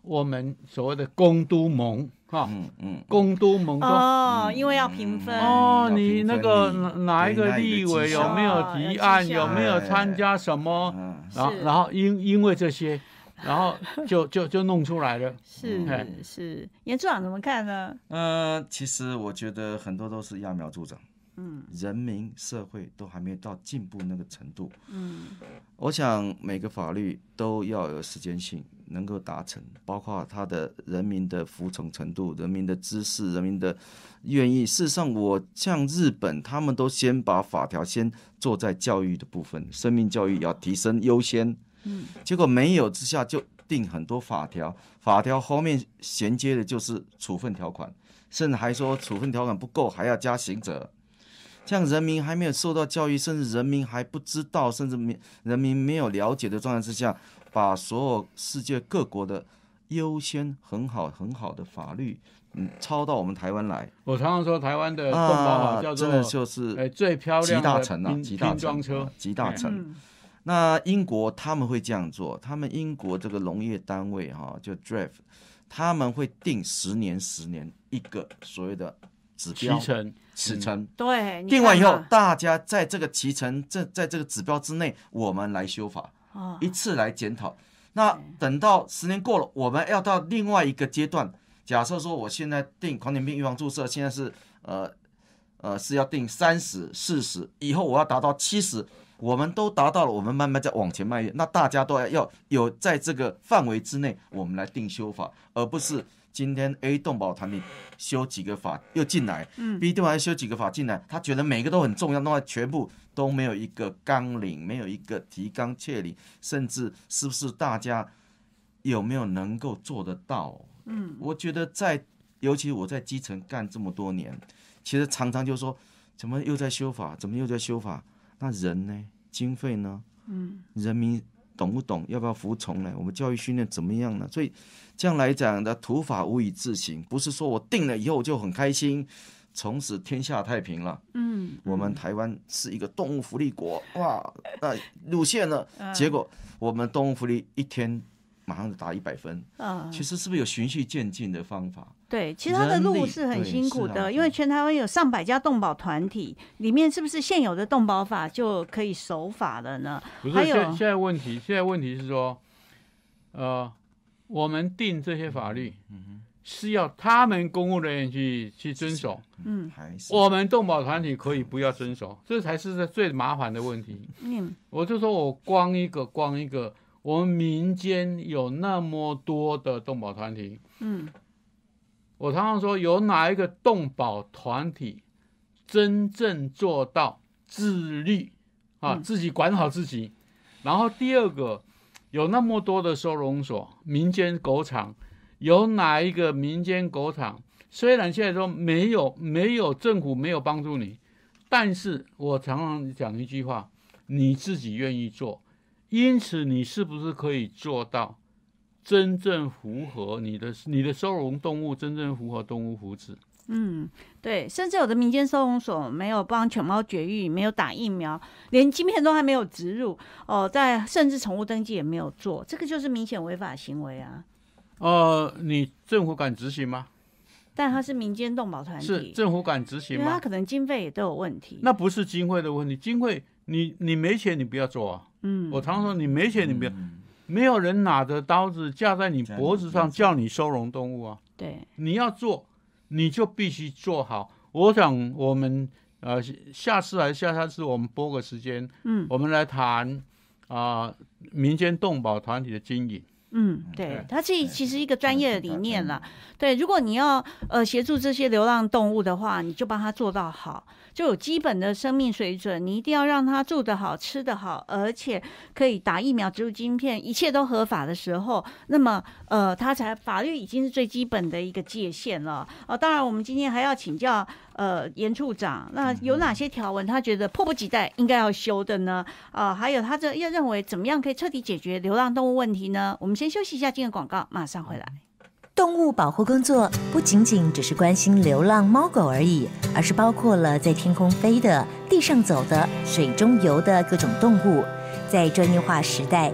A: 我们所谓的公都盟，哈，
C: 嗯嗯，
A: 公都盟说。
B: 哦，因为要评分
A: 嗯哦，
C: 嗯
A: 你
C: 要评
A: 那
C: 分
A: 个
C: 你
A: 哪哪一
C: 对
A: 个
C: 那一
A: 立
C: 个
A: 委
C: 绩
A: 有
C: 效
A: 没有
B: 哦
A: 提
B: 有
A: 案，
B: 绩
A: 有没有
C: 效
A: 参加什么？
C: 嗯
A: 然后
B: 是，
A: 然后因因为这些，然后就就就弄出来了。哎
B: 是是，严处长怎么看呢？
C: 呃，其实我觉得很多都是揠苗助长，
B: 嗯
C: 人民社会都还没到进步那个程度。
B: 嗯
C: 我想每个法律都要有时间性，能够达成，包括它的人民的服从程度、人民的知识、人民的愿意。事实上，我像日本，他们都先把法条先做在教育的部分，生命教育要提升优先。
B: 嗯，
C: 结果没有之下就定很多法条，法条后面衔接的就是处分条款，甚至还说处分条款不够还要加刑责。这样人民还没有受到教育，甚至人民还不知道，甚至没人民没有了解的状态之下，把所有世界各国的优先很好很好的法律，嗯，抄到我们台湾来
A: 我常常说，台湾的动保
C: 啊
A: 法叫，做
C: 真的就是
A: 哎，最漂
C: 集
A: 亮
C: 大
A: 的
C: 成啊，
A: 拼
C: 集大
A: 拼装
C: 成
A: 车
C: 啊，，集大
A: 哎
C: 成。
B: 嗯
C: 那英国他们会这样做，他们英国这个农业单位哈、就 DRAFT，他们会定十年十年一个所谓的指
A: 骑
C: 标
A: 乘
C: 尺程，
B: 对，你
C: 定完以
B: 看啊
C: 后
B: 嘛，
C: 大家在这个骑乘这在这个指标之内，我们来修法，
B: 哦
C: 一次来检讨。那等到十年过了，我们要到另外一个阶段。假设说我现在定狂犬病预防注射，现在是呃呃是要定三十、四十，以后我要达到七十，我们都达到了，我们慢慢再往前迈跃。那大家都要要有在这个范围之内，我们来定修法，而不
B: 嗯
C: 是今天 A 动保产品修几个法又进来，
B: 嗯
C: ，B 动保又修几个法进来，他觉得每个都很重要，那么全部都没有一个纲领，没有一个提纲挈领，甚至是不是大家有没有能够做得到？嗯，我觉得在，尤其我在基层干这么多年，其实常常就说，怎么又在修法？怎么又在修法？那人呢？经费呢？嗯，人民懂不懂？要不要服从呢？我们教育训练怎么样呢？所以这样来讲的，土法无以自行，不是说我定了以后就很开心，从此天下太平了。
B: 嗯，
C: 我们台湾是一个动物福利国，哇，那入宪了，结果我们动物福利一天马上就打一百分，
B: 嗯，
C: 其实是不是有循序渐进的方法？
B: 对，其实它的路
C: 人力
B: 是很
C: 对
B: 辛苦
C: 是
B: 的，
C: 啊
B: 因为全台湾有上百家动保团体，里面是不是现有的动保法就可以守法了呢？
A: 不是
B: 还
A: 现
B: 有
A: 现在问题，现在问题是说，呃，我们定这些法律，
C: 嗯
A: 是要他们公务人员去去遵守，
B: 嗯
C: 还是
A: 我们动保团体可以不要遵守，这才是最麻烦的问题。
B: 嗯
A: 我就说我光一个光一个，我们民间有那么多的动保团体，
B: 嗯，
A: 我常常说，有哪一个动保团体真正做到自律啊，
B: 嗯
A: 自己管好自己。然后第二个，有那么多的收容所、民间狗场，有哪一个民间狗场？虽然现在说没有没有政府没有帮助你，但是我常常讲一句话：你自己愿意做，因此你是不是可以做到真正符合你的你的收容动物真正符合动物福祉？
B: 嗯，对，甚至有的民间收容所没有帮犬猫绝育，没有打疫苗，连晶片都还没有植入哦，在甚至宠物登记也没有做，这个就是明显违法行为啊。
A: 呃，你政府敢执行吗？
B: 但它是民间动保团
A: 是
B: 体，
A: 政府敢执
B: 因
A: 行
B: 为它
A: 吗？
B: 可能经费也都有问题。
A: 那不是经费的问题，经费你你没钱你不要做啊。
B: 嗯，
A: 我常说你没钱
C: 嗯
A: 你不要，没有人拿着刀子架在你脖子上叫你收容动物啊。
B: 对，
A: 你要做，你就必须做好。我想我们呃下次还是下下次我们拨个时间，
B: 嗯
A: 我们来谈啊、民间动保团体的经营。
B: 嗯，对
A: 对，
B: 它是一其实一个专业的理念啦
C: 了。。
B: 对，如果你要呃协助这些流浪动物的话，你就帮它做到好，就有基本的生命水准，你一定要让它住得好、吃得好，而且可以打疫苗、植入晶片，一切都合法的时候，那么呃，它才法律已经是最基本的一个界限了。哦，当然，我们今天还要请教呃严处长，那有哪些条文他觉得迫不及待应该要修的呢？啊、还有他这又认为怎么样可以彻底解决流浪动物问题呢？我们先休息一下，进个广告，马上回来。
D: 动物保护工作不仅仅只是关心流浪猫狗而已，而是包括了在天空飞的、地上走的、水中游的各种动物。在专业化时代，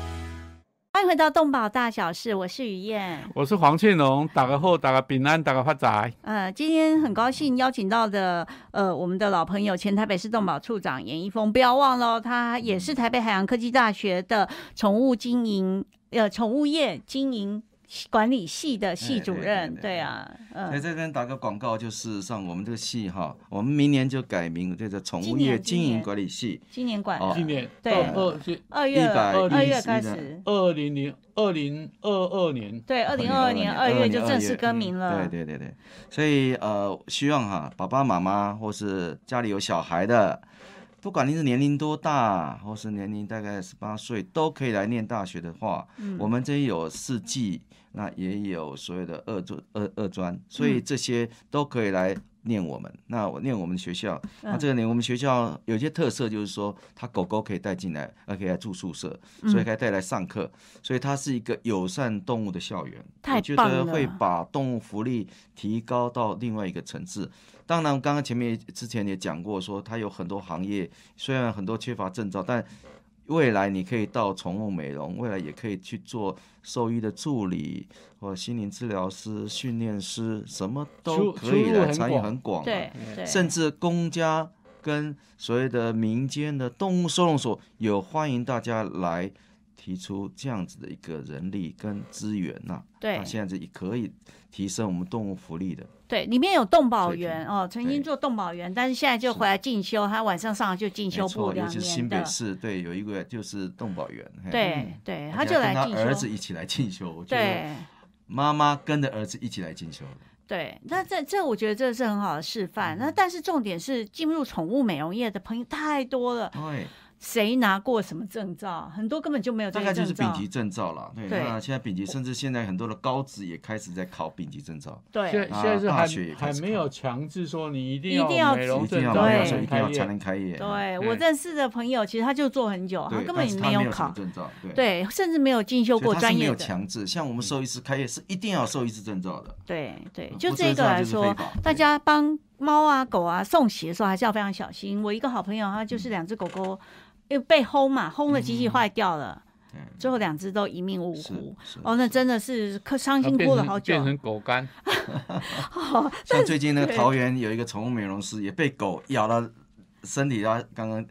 B: 欢迎回到动保大小事，我是雨燕。
A: 我是黄庆龙，打个后，打个平安，打个发财。
B: 呃，今天很高兴邀请到的呃我们的老朋友前台北市动保处长严一峰，不要忘了哦，他也是台北海洋科技大学的宠物经营呃宠物业经营管理系的系主任。
C: 哎对对对
B: 对啊，
C: 在
B: 嗯，
C: 这边打个广告，就是上我们这个系哈，我们明年就改名，这叫宠
B: 今
C: 物
B: 年
C: 业
B: 今
C: 经营
B: 年
C: 管理系。
B: 今年管
C: 哦
A: 今年
B: 对
A: 二二是
B: 二月
C: 111
B: 二月开始，
A: 二零零二零二二年，
B: 对，二零二二年二月就正式更名了。
C: 嗯对对对对，所以呃，希望哈，爸爸妈妈或是家里有小孩的，不管你是年龄多大，或是年龄大概十八岁，都可以来念大学的话，
B: 嗯
C: 我们这里有四季，那也有所谓的二专二二专，所以这些都可以来。念我们，那我念我们学校，那这个呢，我们学校有些特色就是说，它狗狗可以带进来，而可以来住宿舍，所
B: 嗯
C: 以可以带来上课，所以它是一个友善动物的校园，
B: 太
C: 我觉
B: 棒
C: 得
B: 了
C: 会把动物福利提高到另外一个层次。当然，刚刚前面也之前也讲过说它有很多行业虽然很多缺乏证照，但未来你可以到宠物美容，未来也可以去做兽医的助理或心灵治疗师、训练师，什么都
A: 出
C: 可以
A: 出路
C: 来
A: 很
C: 参与，
A: 广
C: 很广、啊。
B: 对对，
C: 甚至公家跟所谓的民间的动物收容所，有欢迎大家来提出这样子的一个人力跟资源呐、
B: 对
C: 那现在也可以提升我们动物福利的。
B: 对，里面有动保
C: 所以就
B: 员哦，曾
C: 对
B: 经做动保员，但是现在就回来进修，他晚上上来就进修
C: 没
B: 部
C: 错，尤
B: 两
C: 其是
B: 年
C: 新北
B: 的，
C: 市，对，有一个就是动保员，嘿，
B: 对对，
C: 而
B: 他
C: 且
B: 就
C: 还
B: 来
C: 跟他
B: 进
C: 儿子
B: 修，
C: 一起来进修，我觉得
B: 对。
C: 妈妈跟着儿子一起来进修的。
B: 对，那这这我觉得这是
C: 嗯
B: 很好的示范。那但是重点是进入宠物美容业的朋友太多了，
C: 对，
B: 谁拿过什么证照，很多根本就没有这
C: 哎大
B: 个
C: 概就
B: 证
C: 是
B: 照。
C: 丙级证照啦。对，
B: 对
C: 那现在丙级，甚至现在很多的高职也开始在考丙级证照。
B: 对，
A: 现在
C: 啊
A: 现在是
C: 大学也
A: 还
C: 开
A: 还
C: 始
A: 没
C: 考
A: 有强制说你一定
B: 一定
A: 要
B: 要
A: 美
C: 一
A: 容
C: 定
A: 证
C: 要
A: 照
B: 对
A: 才
C: 要
B: 美容证
A: 能
C: 求，一定
A: 开
C: 要
A: 业
C: 才能开业。
B: 对
A: 对
B: 我认识的朋友，其实他就做很久，他
C: 啊对，
B: 根
C: 但
B: 本
C: 是
B: 也
C: 他没
B: 有
C: 什么
B: 考，
C: 证照，对，
B: 对，甚至没有进修
C: 所
B: 过
C: 以他是
B: 专
C: 没
B: 业
C: 有
B: 的。
C: 强制，像我们兽医师开业是一定要有兽医师证照的。
B: 对对，
C: 啊不
B: 就
C: 遵
B: 这个
C: 照
B: 来
C: 就是
B: 说
C: 非法，
B: 大
C: 对
B: 家帮猫啊狗啊送洗的时候还是要非常小心。我一个好朋友，他就是两只狗狗，因为被轰嘛，轰了机器坏掉了，
A: 嗯
C: 对，
B: 最后两只都一命呜
C: 是
B: 呼。
C: 是
B: 哦，那真的是可伤
A: 它
B: 心
A: 啊变
B: 哭了
A: 成
B: 好久
A: 变。成狗干，
C: 像最近那个桃园有一个宠物美容师也被狗咬到身体啊，刚刚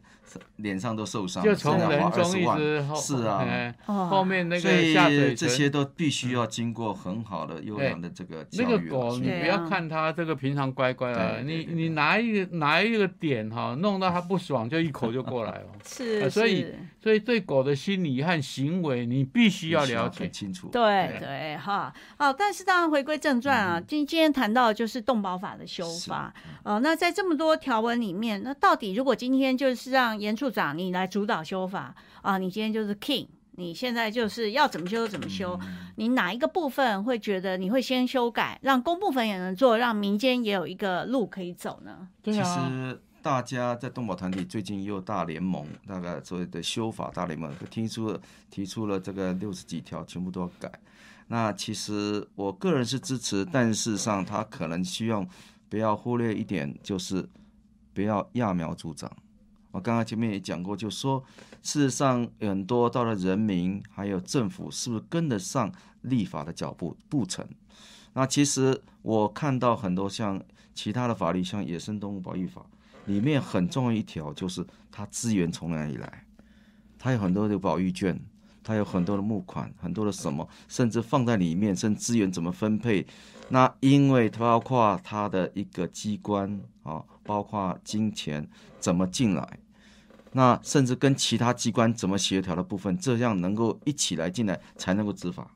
C: 脸上都受伤了，
A: 就从
C: 现在
A: 人
C: 花
A: 中
C: 20
A: 一
C: 啊万
A: 直后
C: 是啊。
A: 哎
B: 哦
A: 后面那
C: 所
A: 个下
C: 以
A: 嘴
C: 这
A: 唇
C: 些都必须要经过很好的、优良的这个
A: 那
C: 教
A: 个
C: 育啊。
A: 狗，
C: 所
A: 你
C: 以
B: 对
A: 不
B: 啊
A: 要看它这个平常乖乖的，
C: 对对
A: 你
C: 对
A: 你拿一个拿一个点哈，弄到它不爽就一口就过 来了。
B: 是，
A: 呃所以
B: 是
A: 所以对狗的心理和行为，你必须要了
C: 很
A: 解。
C: 清楚。
B: 对对哈，哦，但是当然回归正传啊，今、今天谈到的就是动保法的修法，呃，那在这么多条文里面，那到底如果今天就是让严处长你来主导修法啊、你今天就是 king。你现在就是要怎么修就怎么修，你哪一个部分会觉得你会先修改，让公部分也能做，让民间也有一个路可以走呢？
A: 对
C: 其
A: 啊，
C: 实大家在动保团体最近又大联盟，大概所谓的修法大联盟，听出了提出了这个六十几条，全部都要改。那其实我个人是支持，但事实上他可能希望不要忽略一点，就是不要揠苗助长。我刚刚前面也讲过，就说事实上呃很多到了人民还有政府是不是跟得上立法的脚步步程？那其实我看到很多像其他的法律，像野生动物保育法里面很重要一条就是它资源从哪里来，它有很多的保育券，它有很多的募款，很多的什么，甚至放在里面，甚至资源怎么分配。那因为它包括它的一个机关啊，包括金钱怎么进来。那甚至跟其他机关怎么协调的部分，这样能够一起来进来，才能够执法。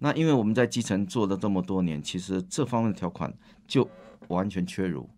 C: 那因为我们在基层做了这么多年，其实这方面的条款就完全缺如，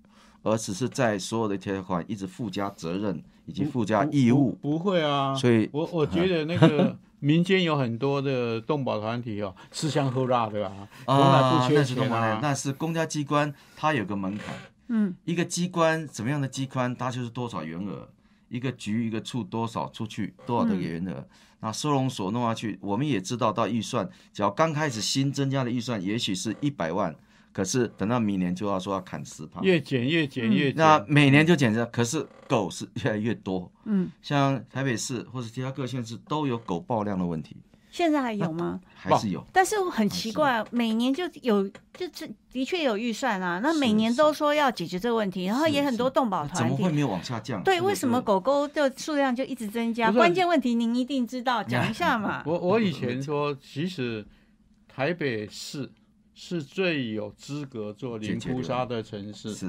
C: 而只是在所有的条款一直附加责任以及附加义务。
A: 不会啊，
C: 所以
A: 我我觉得那 个民间有很多的动保团体哦，吃香喝辣的啊，从来不缺
C: 那是
A: 钱
C: 公安
A: 啊。
C: 那是公家机关，它有个门槛。
B: 嗯，
C: 一个机关怎么样的机关，它就是多少员额，一个局一个处多少出去多少的员
B: 嗯
C: 额。那收容所弄下去，我们也知道到预算，只要刚开始新增加的预算，也许是一百万，可是等到明年就要说要砍十趴，
A: 越减越减越减，
C: 啊嗯那每年就减少，可是狗是越来越多。
B: 嗯，
C: 像台北市或者其他各县市都有狗爆量的问题，
B: 现在还有吗？
C: 还是有。
B: 但是很奇怪，每年就有，就是的确有预算啊。那每年都说要解决这个问题，然后也很多动保
C: 怎
B: 团
C: 么会
B: 体。
C: 没有往下降？
B: 对，
C: 这个
B: 为什么
C: 是
B: 狗狗的数量就一直增加？
A: 不是
B: 关键问题您一定知道，讲一下嘛。
A: 我
C: 嗯
A: 我以前说，其实台北市是最有资格做零扑杀的城市
C: 是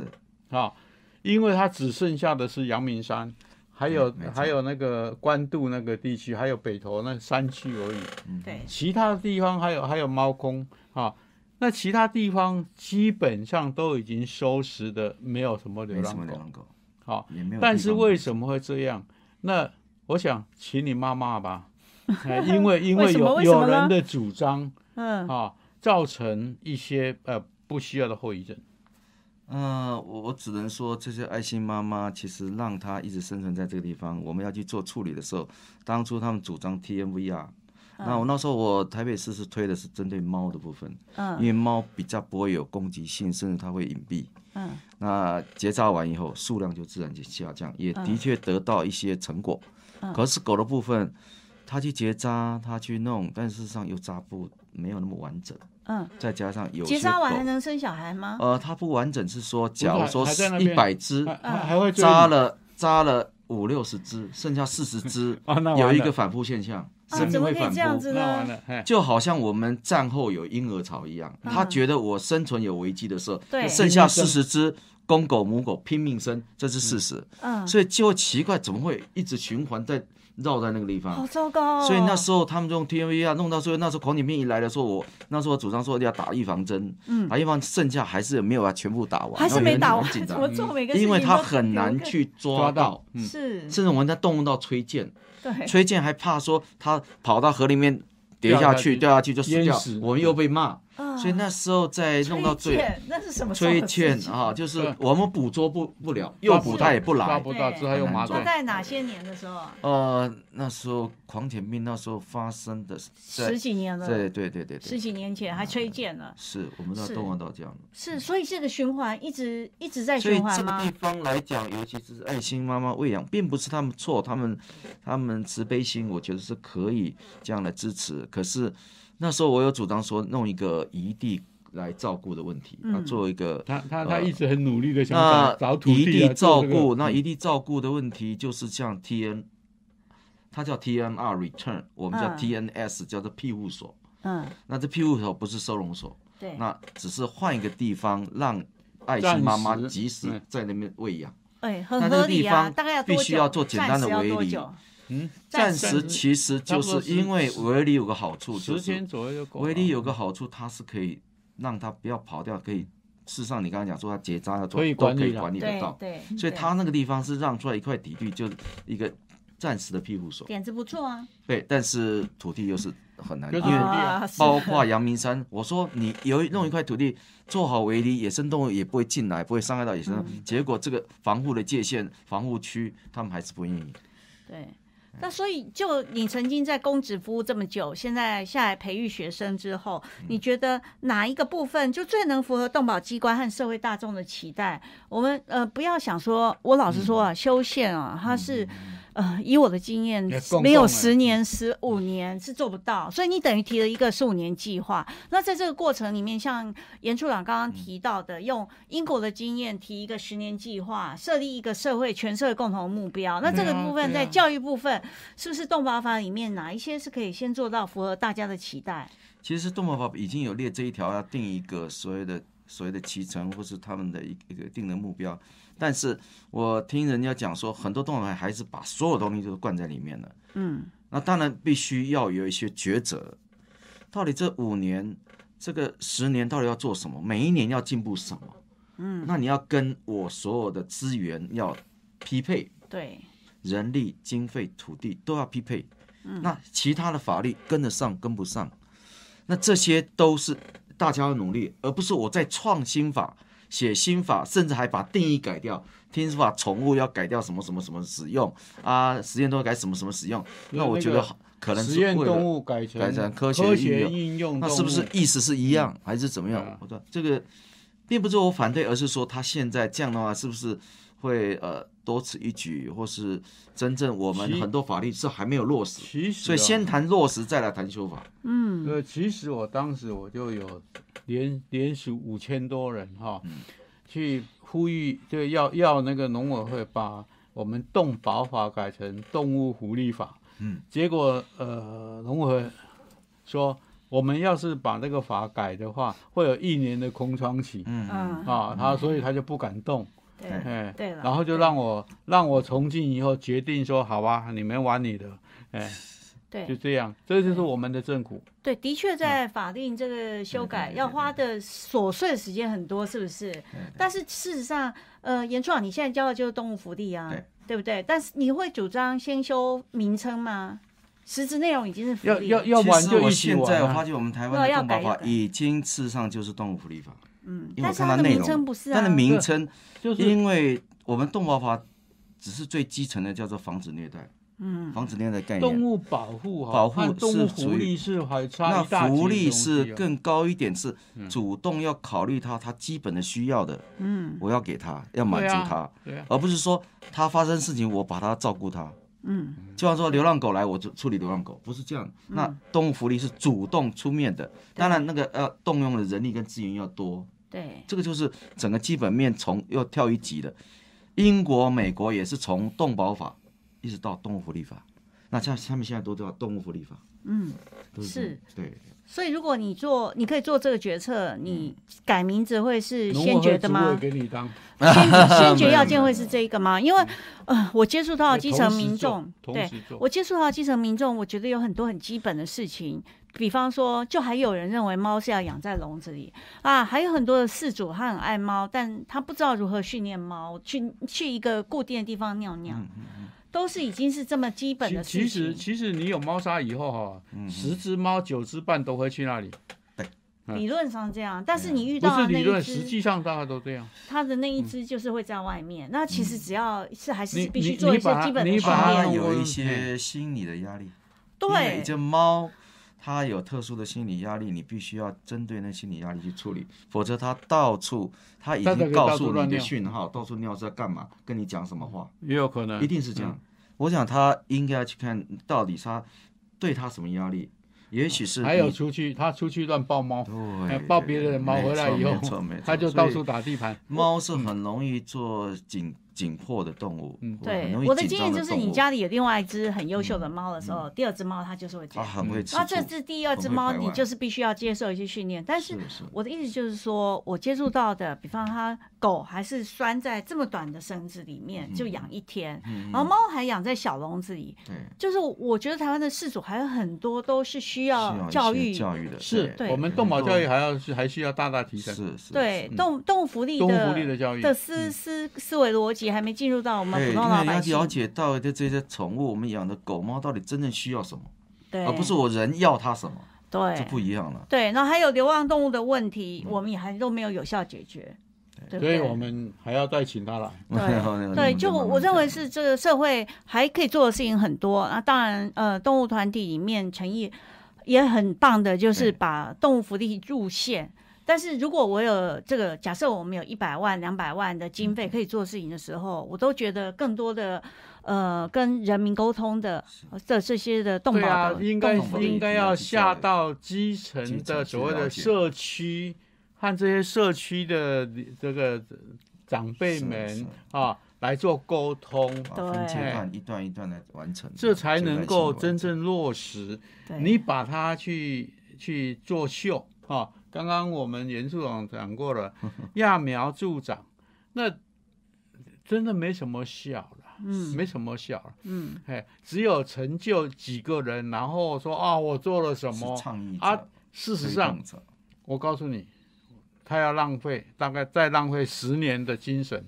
A: 啊，因为它只剩下的是阳明山，还有
C: 嗯没错
A: 还有那个关渡那个地区，还有北投那山区而已，
B: 对，
A: 其他的地方还有还有猫空啊。那其他地方基本上都已经收拾的没有什么流
C: 没什
A: 浪
C: 么流
A: 狗，
C: 浪狗，
A: 好、
C: 也没有地方。
A: 但是为什么会这样？那我想请你妈妈 吧，哎因为因
B: 为什么
A: 有
B: 为什么
A: 有
B: 呢
A: 人的主张
B: 嗯，
A: 啊，造成一些呃不需要的后遗症。
C: 嗯，我我只能说，这些爱心妈妈其实让她一直生存在这个地方。我们要去做处理的时候，当初他们主张 TMVR，、那我那时候我台北市是推的是针对猫的部分，
B: 嗯
C: 因为猫比较不会有攻击性，甚至它会隐蔽。
B: 嗯，
C: 那结扎完以后，数量就自然就下降，也
B: 嗯
C: 的确得到一些成果。可是狗的部分，它去结扎，它去弄，但事实上又扎不没有那么完整。
B: 嗯，
C: 再加上有
B: 结
C: 些
B: 扎完
C: 狗
B: 还能生小孩吗？
C: 呃，它不完整是说，假如说
A: 啊还在那
C: 一
A: 边
C: 百只
A: 还还还会追
C: 啊扎
A: 你
C: 了扎了五六十只，剩下四十只
A: 啊 那完
C: 有一
A: 了
C: 个啊反扑现象，
B: 啊，
C: 生
B: 怎
C: 命
B: 么
C: 会
B: 可以
C: 反
B: 这样
C: 扑。
B: 子
A: 那完
B: 呢？
A: 了，哎，
C: 就好像我们战后有婴儿潮一样，他觉得我生存有危机的时候，
B: 嗯对
C: 剩下
A: 拼
C: 四
A: 命
C: 十只公狗母狗拼命生，这是事实。
B: 嗯，
C: 所以就奇怪，怎么会一直循环在绕在那个地
B: 好
C: 方。
B: 糟糕、哦。
C: 所以那时候他们用 TMV 啊，弄到最后，那时候狂犬病一来的时候，我那时候我主张说要打预防针，
B: 嗯
C: 打预防剩下还是没有把全部打完，
B: 还是没打完
C: 然后有人很紧，
B: 怎么
C: 张，
B: 做每个事情
C: 因为他
B: 都
C: 很
B: 有
C: 难
B: 个
C: 去抓
A: 抓
C: 到
A: 到，，嗯，
B: 是
C: 甚至我们在动用到崔健，
B: 对
C: 崔健还怕说他跑到河里面跌下去，掉
A: 掉
C: 下去就死
A: 淹
C: 掉
A: 死，
C: 我们又被骂，
B: 啊
C: 所以那时候再弄到
B: 崔
C: 最
B: 健那是什么时候
C: 崔
B: 的事
C: 健
B: 情
C: 啊，就是
A: 对
C: 我们捕捉不不了，诱捕他也不
A: 抓
C: 来。
A: 不到，之后又麻
B: 他
A: 醉，
B: 在哪些年的时候啊？
C: 呃，那时候狂犬病那时候发生的是
B: 十几年了，
C: 在对对对对
B: 十
C: 对，
B: 几年前还崔健了，
C: 是我们都要
B: 是
C: 动用到这样的。
B: 嗯是，所以这个循环一直一直在
C: 所以
B: 循
C: 这
B: 环
C: 个
B: 吗
C: 地？方来讲，尤其是爱心妈妈喂养，并不是他们错，他们他们慈悲心，我觉得是可以这样来支持。可是那时候我有主张说，弄一个一地来照顾的问题，
B: 嗯
C: 啊，做一个
A: 他他他一直很努力的想
C: 那
A: 找找土
C: 呃一
A: 地
C: 地
A: 啊
C: 照
A: 做这个
C: 顾，那一地照顾的问题就是像 T N，它叫 T N R return，我们叫
B: 嗯
C: T N S，叫做庇护所。
B: 嗯，
C: 那这庇护所不是收容所，
B: 对，
C: 那只是换一个地方让爱
A: 暂
C: 心妈妈
A: 时
C: 及时
A: 嗯
C: 在那边喂养。
B: 哎，
C: 那
B: 很
C: 这个
B: 合
C: 地
B: 理啊，
C: 方
B: 大概要
C: 必
B: 多
C: 须
B: 久
C: 要做简单的
B: 暂时要
C: 围
B: 多
C: 篱
B: 久
A: 嗯，
C: 暂
A: 时
C: 时其实就
A: 差不多
C: 是
A: 是
C: 因为围篱有个好处，就
A: 十天
C: 是
A: 左右就够了。
C: 围篱有个好处，它是可以让它不要跑掉，可以事实上你刚才讲说它结扎要做
A: 可以
C: 都
A: 管
C: 可以
A: 理了
C: 管理得
B: 对
C: 到，
B: 对，
C: 所
B: 对
C: 以它那个地方是让出来一块地地，就是一个暂时的庇护所。
B: 点子不错啊，
C: 对，但是土地又是很难，
A: 就
C: 因
A: 是土
C: 为
A: 地啊
B: 啊是
C: 包括阳明山，我说你有一弄一块土地做好围篱，野生动物也不会进来，不会伤害到野生动物。结果这个防护的界限、防护区，他们还是不愿意。
B: 对。那所以，就你曾经在公职服务这么久，现在下来培育学生之后，
A: 嗯
B: 你觉得哪一个部分就最能符合动保机关和社会大众的期待？我们呃，不要想说，我老实
A: 嗯
B: 说啊，修宪啊，它是呃，以我的经验
A: 也，共
B: 没有
A: 共
B: 十
A: 哎
B: 年、十五年是做不到，所以你等于提了一个十五年计划。那在这个过程里面，像严处长刚刚提到的，用英国的经验提一个十年计划，设立一个社会全社会共同的目标。那这个
A: 对啊
B: 部分
A: 对
B: 在
A: 啊
B: 教育部分，是不是动保法里面哪一些是可以先做到符合大家的期待？
C: 其实动保法已经有列这一条，要定一个所谓的所谓的骑乘，或是他们的一一个定的目标。但是我听人家讲说，很多动保法还是把所有东西都灌在里面了。
B: 嗯，
C: 那当然必须要有一些抉择，到底这五年、这个十年到底要做什么？每一年要进步什么？嗯，那你要跟我所有的资源要匹配，
B: 对，
C: 人力、经费、土地都要匹配。
A: 嗯
C: 那其他的法律跟得上跟不上，那这些都是大家要努力，而不是我在创新法、写新法，甚至还把定义改掉。听说法宠物要改掉什么什么什么使用啊，实验都要改什么什么使用。那我觉得
A: 那个
C: 可能是
A: 实验
C: 为了
A: 动物改成
C: 改成科学
A: 学
C: 应用
A: 应用
C: 那
A: 动
C: 是不是
A: 物
C: 意思是一样，还是怎么样
A: 对啊？
C: 我说这个，并不是我反对，而是说他现在这样的话，是不是会呃多此一举，或是真正我们
A: 其
C: 很多法律是还没有落实，
A: 其实啊，
C: 所以先谈落实，再来谈修法。
B: 嗯，
A: 呃，其实我当时我就有连连署五千多人哈、
C: 嗯
A: 去呼吁，就要要那个农委会把我们动保法改成动物福利法。
C: 嗯，
A: 结果呃，农委会说，我们要是把这个法改的话，会有一年的空窗期。
C: 嗯
B: 嗯
A: 啊，他所以他就不敢动，
B: 对，
A: 哎，
B: 对了
A: 然后就
B: 对
A: 让我让我从今以后决定说，好吧，你们玩你的，哎，就
B: 对，
A: 这样，这就是我们的政府。
B: 对，的确在法定这
A: 嗯
B: 个修改
C: 对对对
B: 要花的琐碎的时间很多，是不是？但是事实上，呃，严处长，你现在教的就是动物福利啊
C: 对，
B: 对不对？但是你会主张先修名称吗？实质内容已经是福
A: 要
B: 利了
A: 要要玩
C: 其实
A: 就
C: 我
A: 一起
C: 现在
A: 玩、
C: 我发
A: 啊。
C: 觉我们台
B: 那
C: 湾的
B: 要
C: 动保
B: 改要
C: 法
B: 改
C: 已经事实上就是动物福利法，
B: 嗯，
C: 因
B: 但
C: 为我
B: 是
C: 看
B: 它
C: 到
B: 的
C: 内
B: 名
C: 容
B: 称不是啊，
C: 它的名称，
A: 就是
C: 因为我们动保法只是最基层的叫做防止虐待，
B: 嗯，
C: 防止虐待概念。
A: 动物保护哈，
C: 保护
A: 和动物
C: 是属于
A: 福利是还差
C: 那
A: 一大截的
C: 福利
A: 东西嗯
C: 是
A: 啊
C: 更高一点，是主动要考虑他他基本的需要的，嗯，我要给他，要满足他，
A: 对啊，
C: 而不是说他发生事情我把他照顾他，
B: 嗯，
C: 就像说流浪狗来我就处理流浪狗，不是这样。
A: 嗯
C: 那动物福利是主动出面的，当然那个呃动用的人力跟资源要多，
B: 对，
C: 这个就是整个基本面从要跳一级的。英国、美国也是从动保法一直到动物福利法，那像他们现在都叫动物福利法，
B: 嗯，
C: 都
B: 是
C: 对。
B: 所以如果你做，你可以做这个决策，你
A: 嗯
B: 改名字会是
A: 农
B: 先
A: 委
B: 决
A: 会
B: 的
A: 主
B: 吗
A: 委？给你当，
B: 先先决要件会是这一个 吗？因为呃，我接触到
A: 对
B: 基
A: 同
B: 层
A: 时
B: 民
A: 做
B: 众，
A: 同
B: 对
A: 时做
B: 我接触到基层民众，我觉得有很多很基本的事情，比方说，就还有人认为猫是要养在笼子里啊，还有很多的饲主他很爱猫，但他不知道如何训练猫去去一个固定的地方尿尿，都是已经是这么基本的
A: 嗯
B: 事
A: 其其实
B: 情。
A: 其实你有猫砂以后哈，
C: 嗯
A: 十只猫九只半都会去那里，
B: 理论上这样，但是你遇
A: 嗯不
B: 到
A: 是
B: 的
A: 理
B: 那
A: 论，
B: 一
A: 实
B: 只，
A: 际上大家都这样。
B: 它的那一只就是会在外面。那其实只要是还是
A: 嗯你
B: 必须
A: 你
B: 做
A: 你
B: 一些
A: 把它
B: 基本的
A: 你
B: 训
A: 把它嗯哎
C: 它
B: 练。
C: 有一些心理的压力。因为
B: 对，
C: 这猫它有特殊的心理压力，你必须要针对那心理压力去处理，否则它到处它已
A: 它可以
C: 经告
A: 到处
C: 诉
A: 乱
C: 你的
A: 尿
C: 讯号，到处尿是要干嘛，跟你讲什么话，
A: 也有可能，
C: 一定是这样。
A: 嗯
C: 我想它应该去看到底它对它什么压力，也许
A: 嗯
C: 是
A: 还有
C: 你
A: 出去，它出去乱抱 猫，
C: 对
A: 哎抱别人的猫
C: 没
A: 回来
C: 错
A: 以后
C: 没错 没，错
A: 它就
C: 所
A: 到
C: 以
A: 处打地盘。
C: 猫是很容易做紧紧迫的动物，
A: 嗯
B: 对
C: 很，容易
B: 我的
C: 紧
B: 经
C: 张
B: 验就是，
C: 动
B: 你
C: 物
B: 家里有另外一只很优秀
C: 嗯
B: 的猫的时候，第二只猫它就是会这
C: 它
B: 样。
C: 很啊会吃
B: 嗯
C: 醋，
B: 那这只第二只猫，你就是必须要接受一些训练。但是
C: 是是
B: 我的意思就是说，我接触到的，比方它狗还是拴在这么短的绳子里面就
C: 嗯
B: 养一天，然后猫还养在小笼子里。
C: 对，
B: 就是我觉得台湾的饲主还有很多都是需
C: 需
B: 要
C: 要一
B: 教
C: 些
B: 育，
C: 教育的，
A: 是
B: 对
A: 我们动保
C: 很多
A: 教育还要是还需要大大提升。
C: 是是嗯
B: 对
C: 是
B: 动动物福利
A: 动物
B: 的
A: 福利的教育嗯
B: 的思思思维逻辑还没进入到我们
C: 嗯对，
B: 普
C: 因
B: 通
C: 为
B: 老
C: 你要
B: 百姓。
C: 了解到的这些宠物，我们养的狗猫到底真正需要什么，
B: 对，
C: 而不是我人要它什么，
B: 对
C: 这不一样了。
B: 对，然后还有流浪动物的问题，我们也还都没有有效解决，对不
A: 所以
B: 对？
A: 我们还要再请他来。
B: 对
C: 嗯
B: 对，就我我认为是这个社会还可以做的事情很多啊。当然，呃，动物团体里面诚意也很棒的，就是
C: 对
B: 把动物福利入线。但是如果我有这个，假设我们有一百万、两百万的经费可以做事情的时候，我都觉得更多的呃跟人民沟通的呃的这些的动
A: 对
B: 保
A: 啊
B: 的，
A: 应该
B: 动保的
A: 应该要下到基层
C: 基
A: 的
C: 层
A: 所谓
C: 去
A: 的
C: 了解
A: 社区和这些社区的这个长辈们
C: 是
A: 啊来做沟通，
C: 把
B: 对
C: 分阶段一段一段来完成，
A: 这才能够
C: 阶段
A: 真
C: 性地
A: 正落实。
B: 对
A: 你把它去去做秀啊！刚刚我们严处长讲 过了，揠苗助长，那真的没什么效了，
B: 嗯
A: 没什么效了，
B: 嗯，
A: 哎，只有成就几个人，然后说啊，我做了什
C: 完成
A: 么
C: 是？倡议
A: 啊
C: 者
A: 事实
C: 推
A: 上
C: 动，者
A: 我告诉你，他要浪费大概再浪费十年的精神，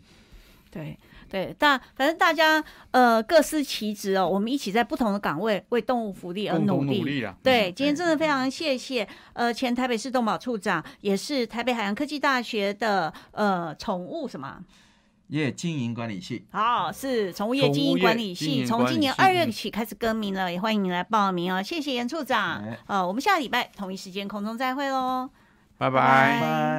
B: 对对，大反正大家呃各司其职哦，我们一起在不同的岗位为动物福利而
A: 共
B: 努
A: 同
B: 力。
A: 努力啊！
B: 对，
C: 嗯
B: 今天
C: 对
B: 真的非常谢谢呃前台北市动保处长，也是台北海洋科技大学的呃宠物什么。
C: 也经营管理系。
B: 好，是宠物业
A: 宠物
B: 经营
A: 业
B: 管理
A: 经
B: 系，
A: 营
B: 从
A: 管
B: 今
A: 理
B: 年
A: 系
B: 二月
A: 嗯
B: 起开始更名了，也欢迎你来报名哦。谢谢严处长
C: 哎，
B: 呃，我们下礼拜同一时间空中再会喽。
A: 拜
B: 拜
A: 拜。
B: 拜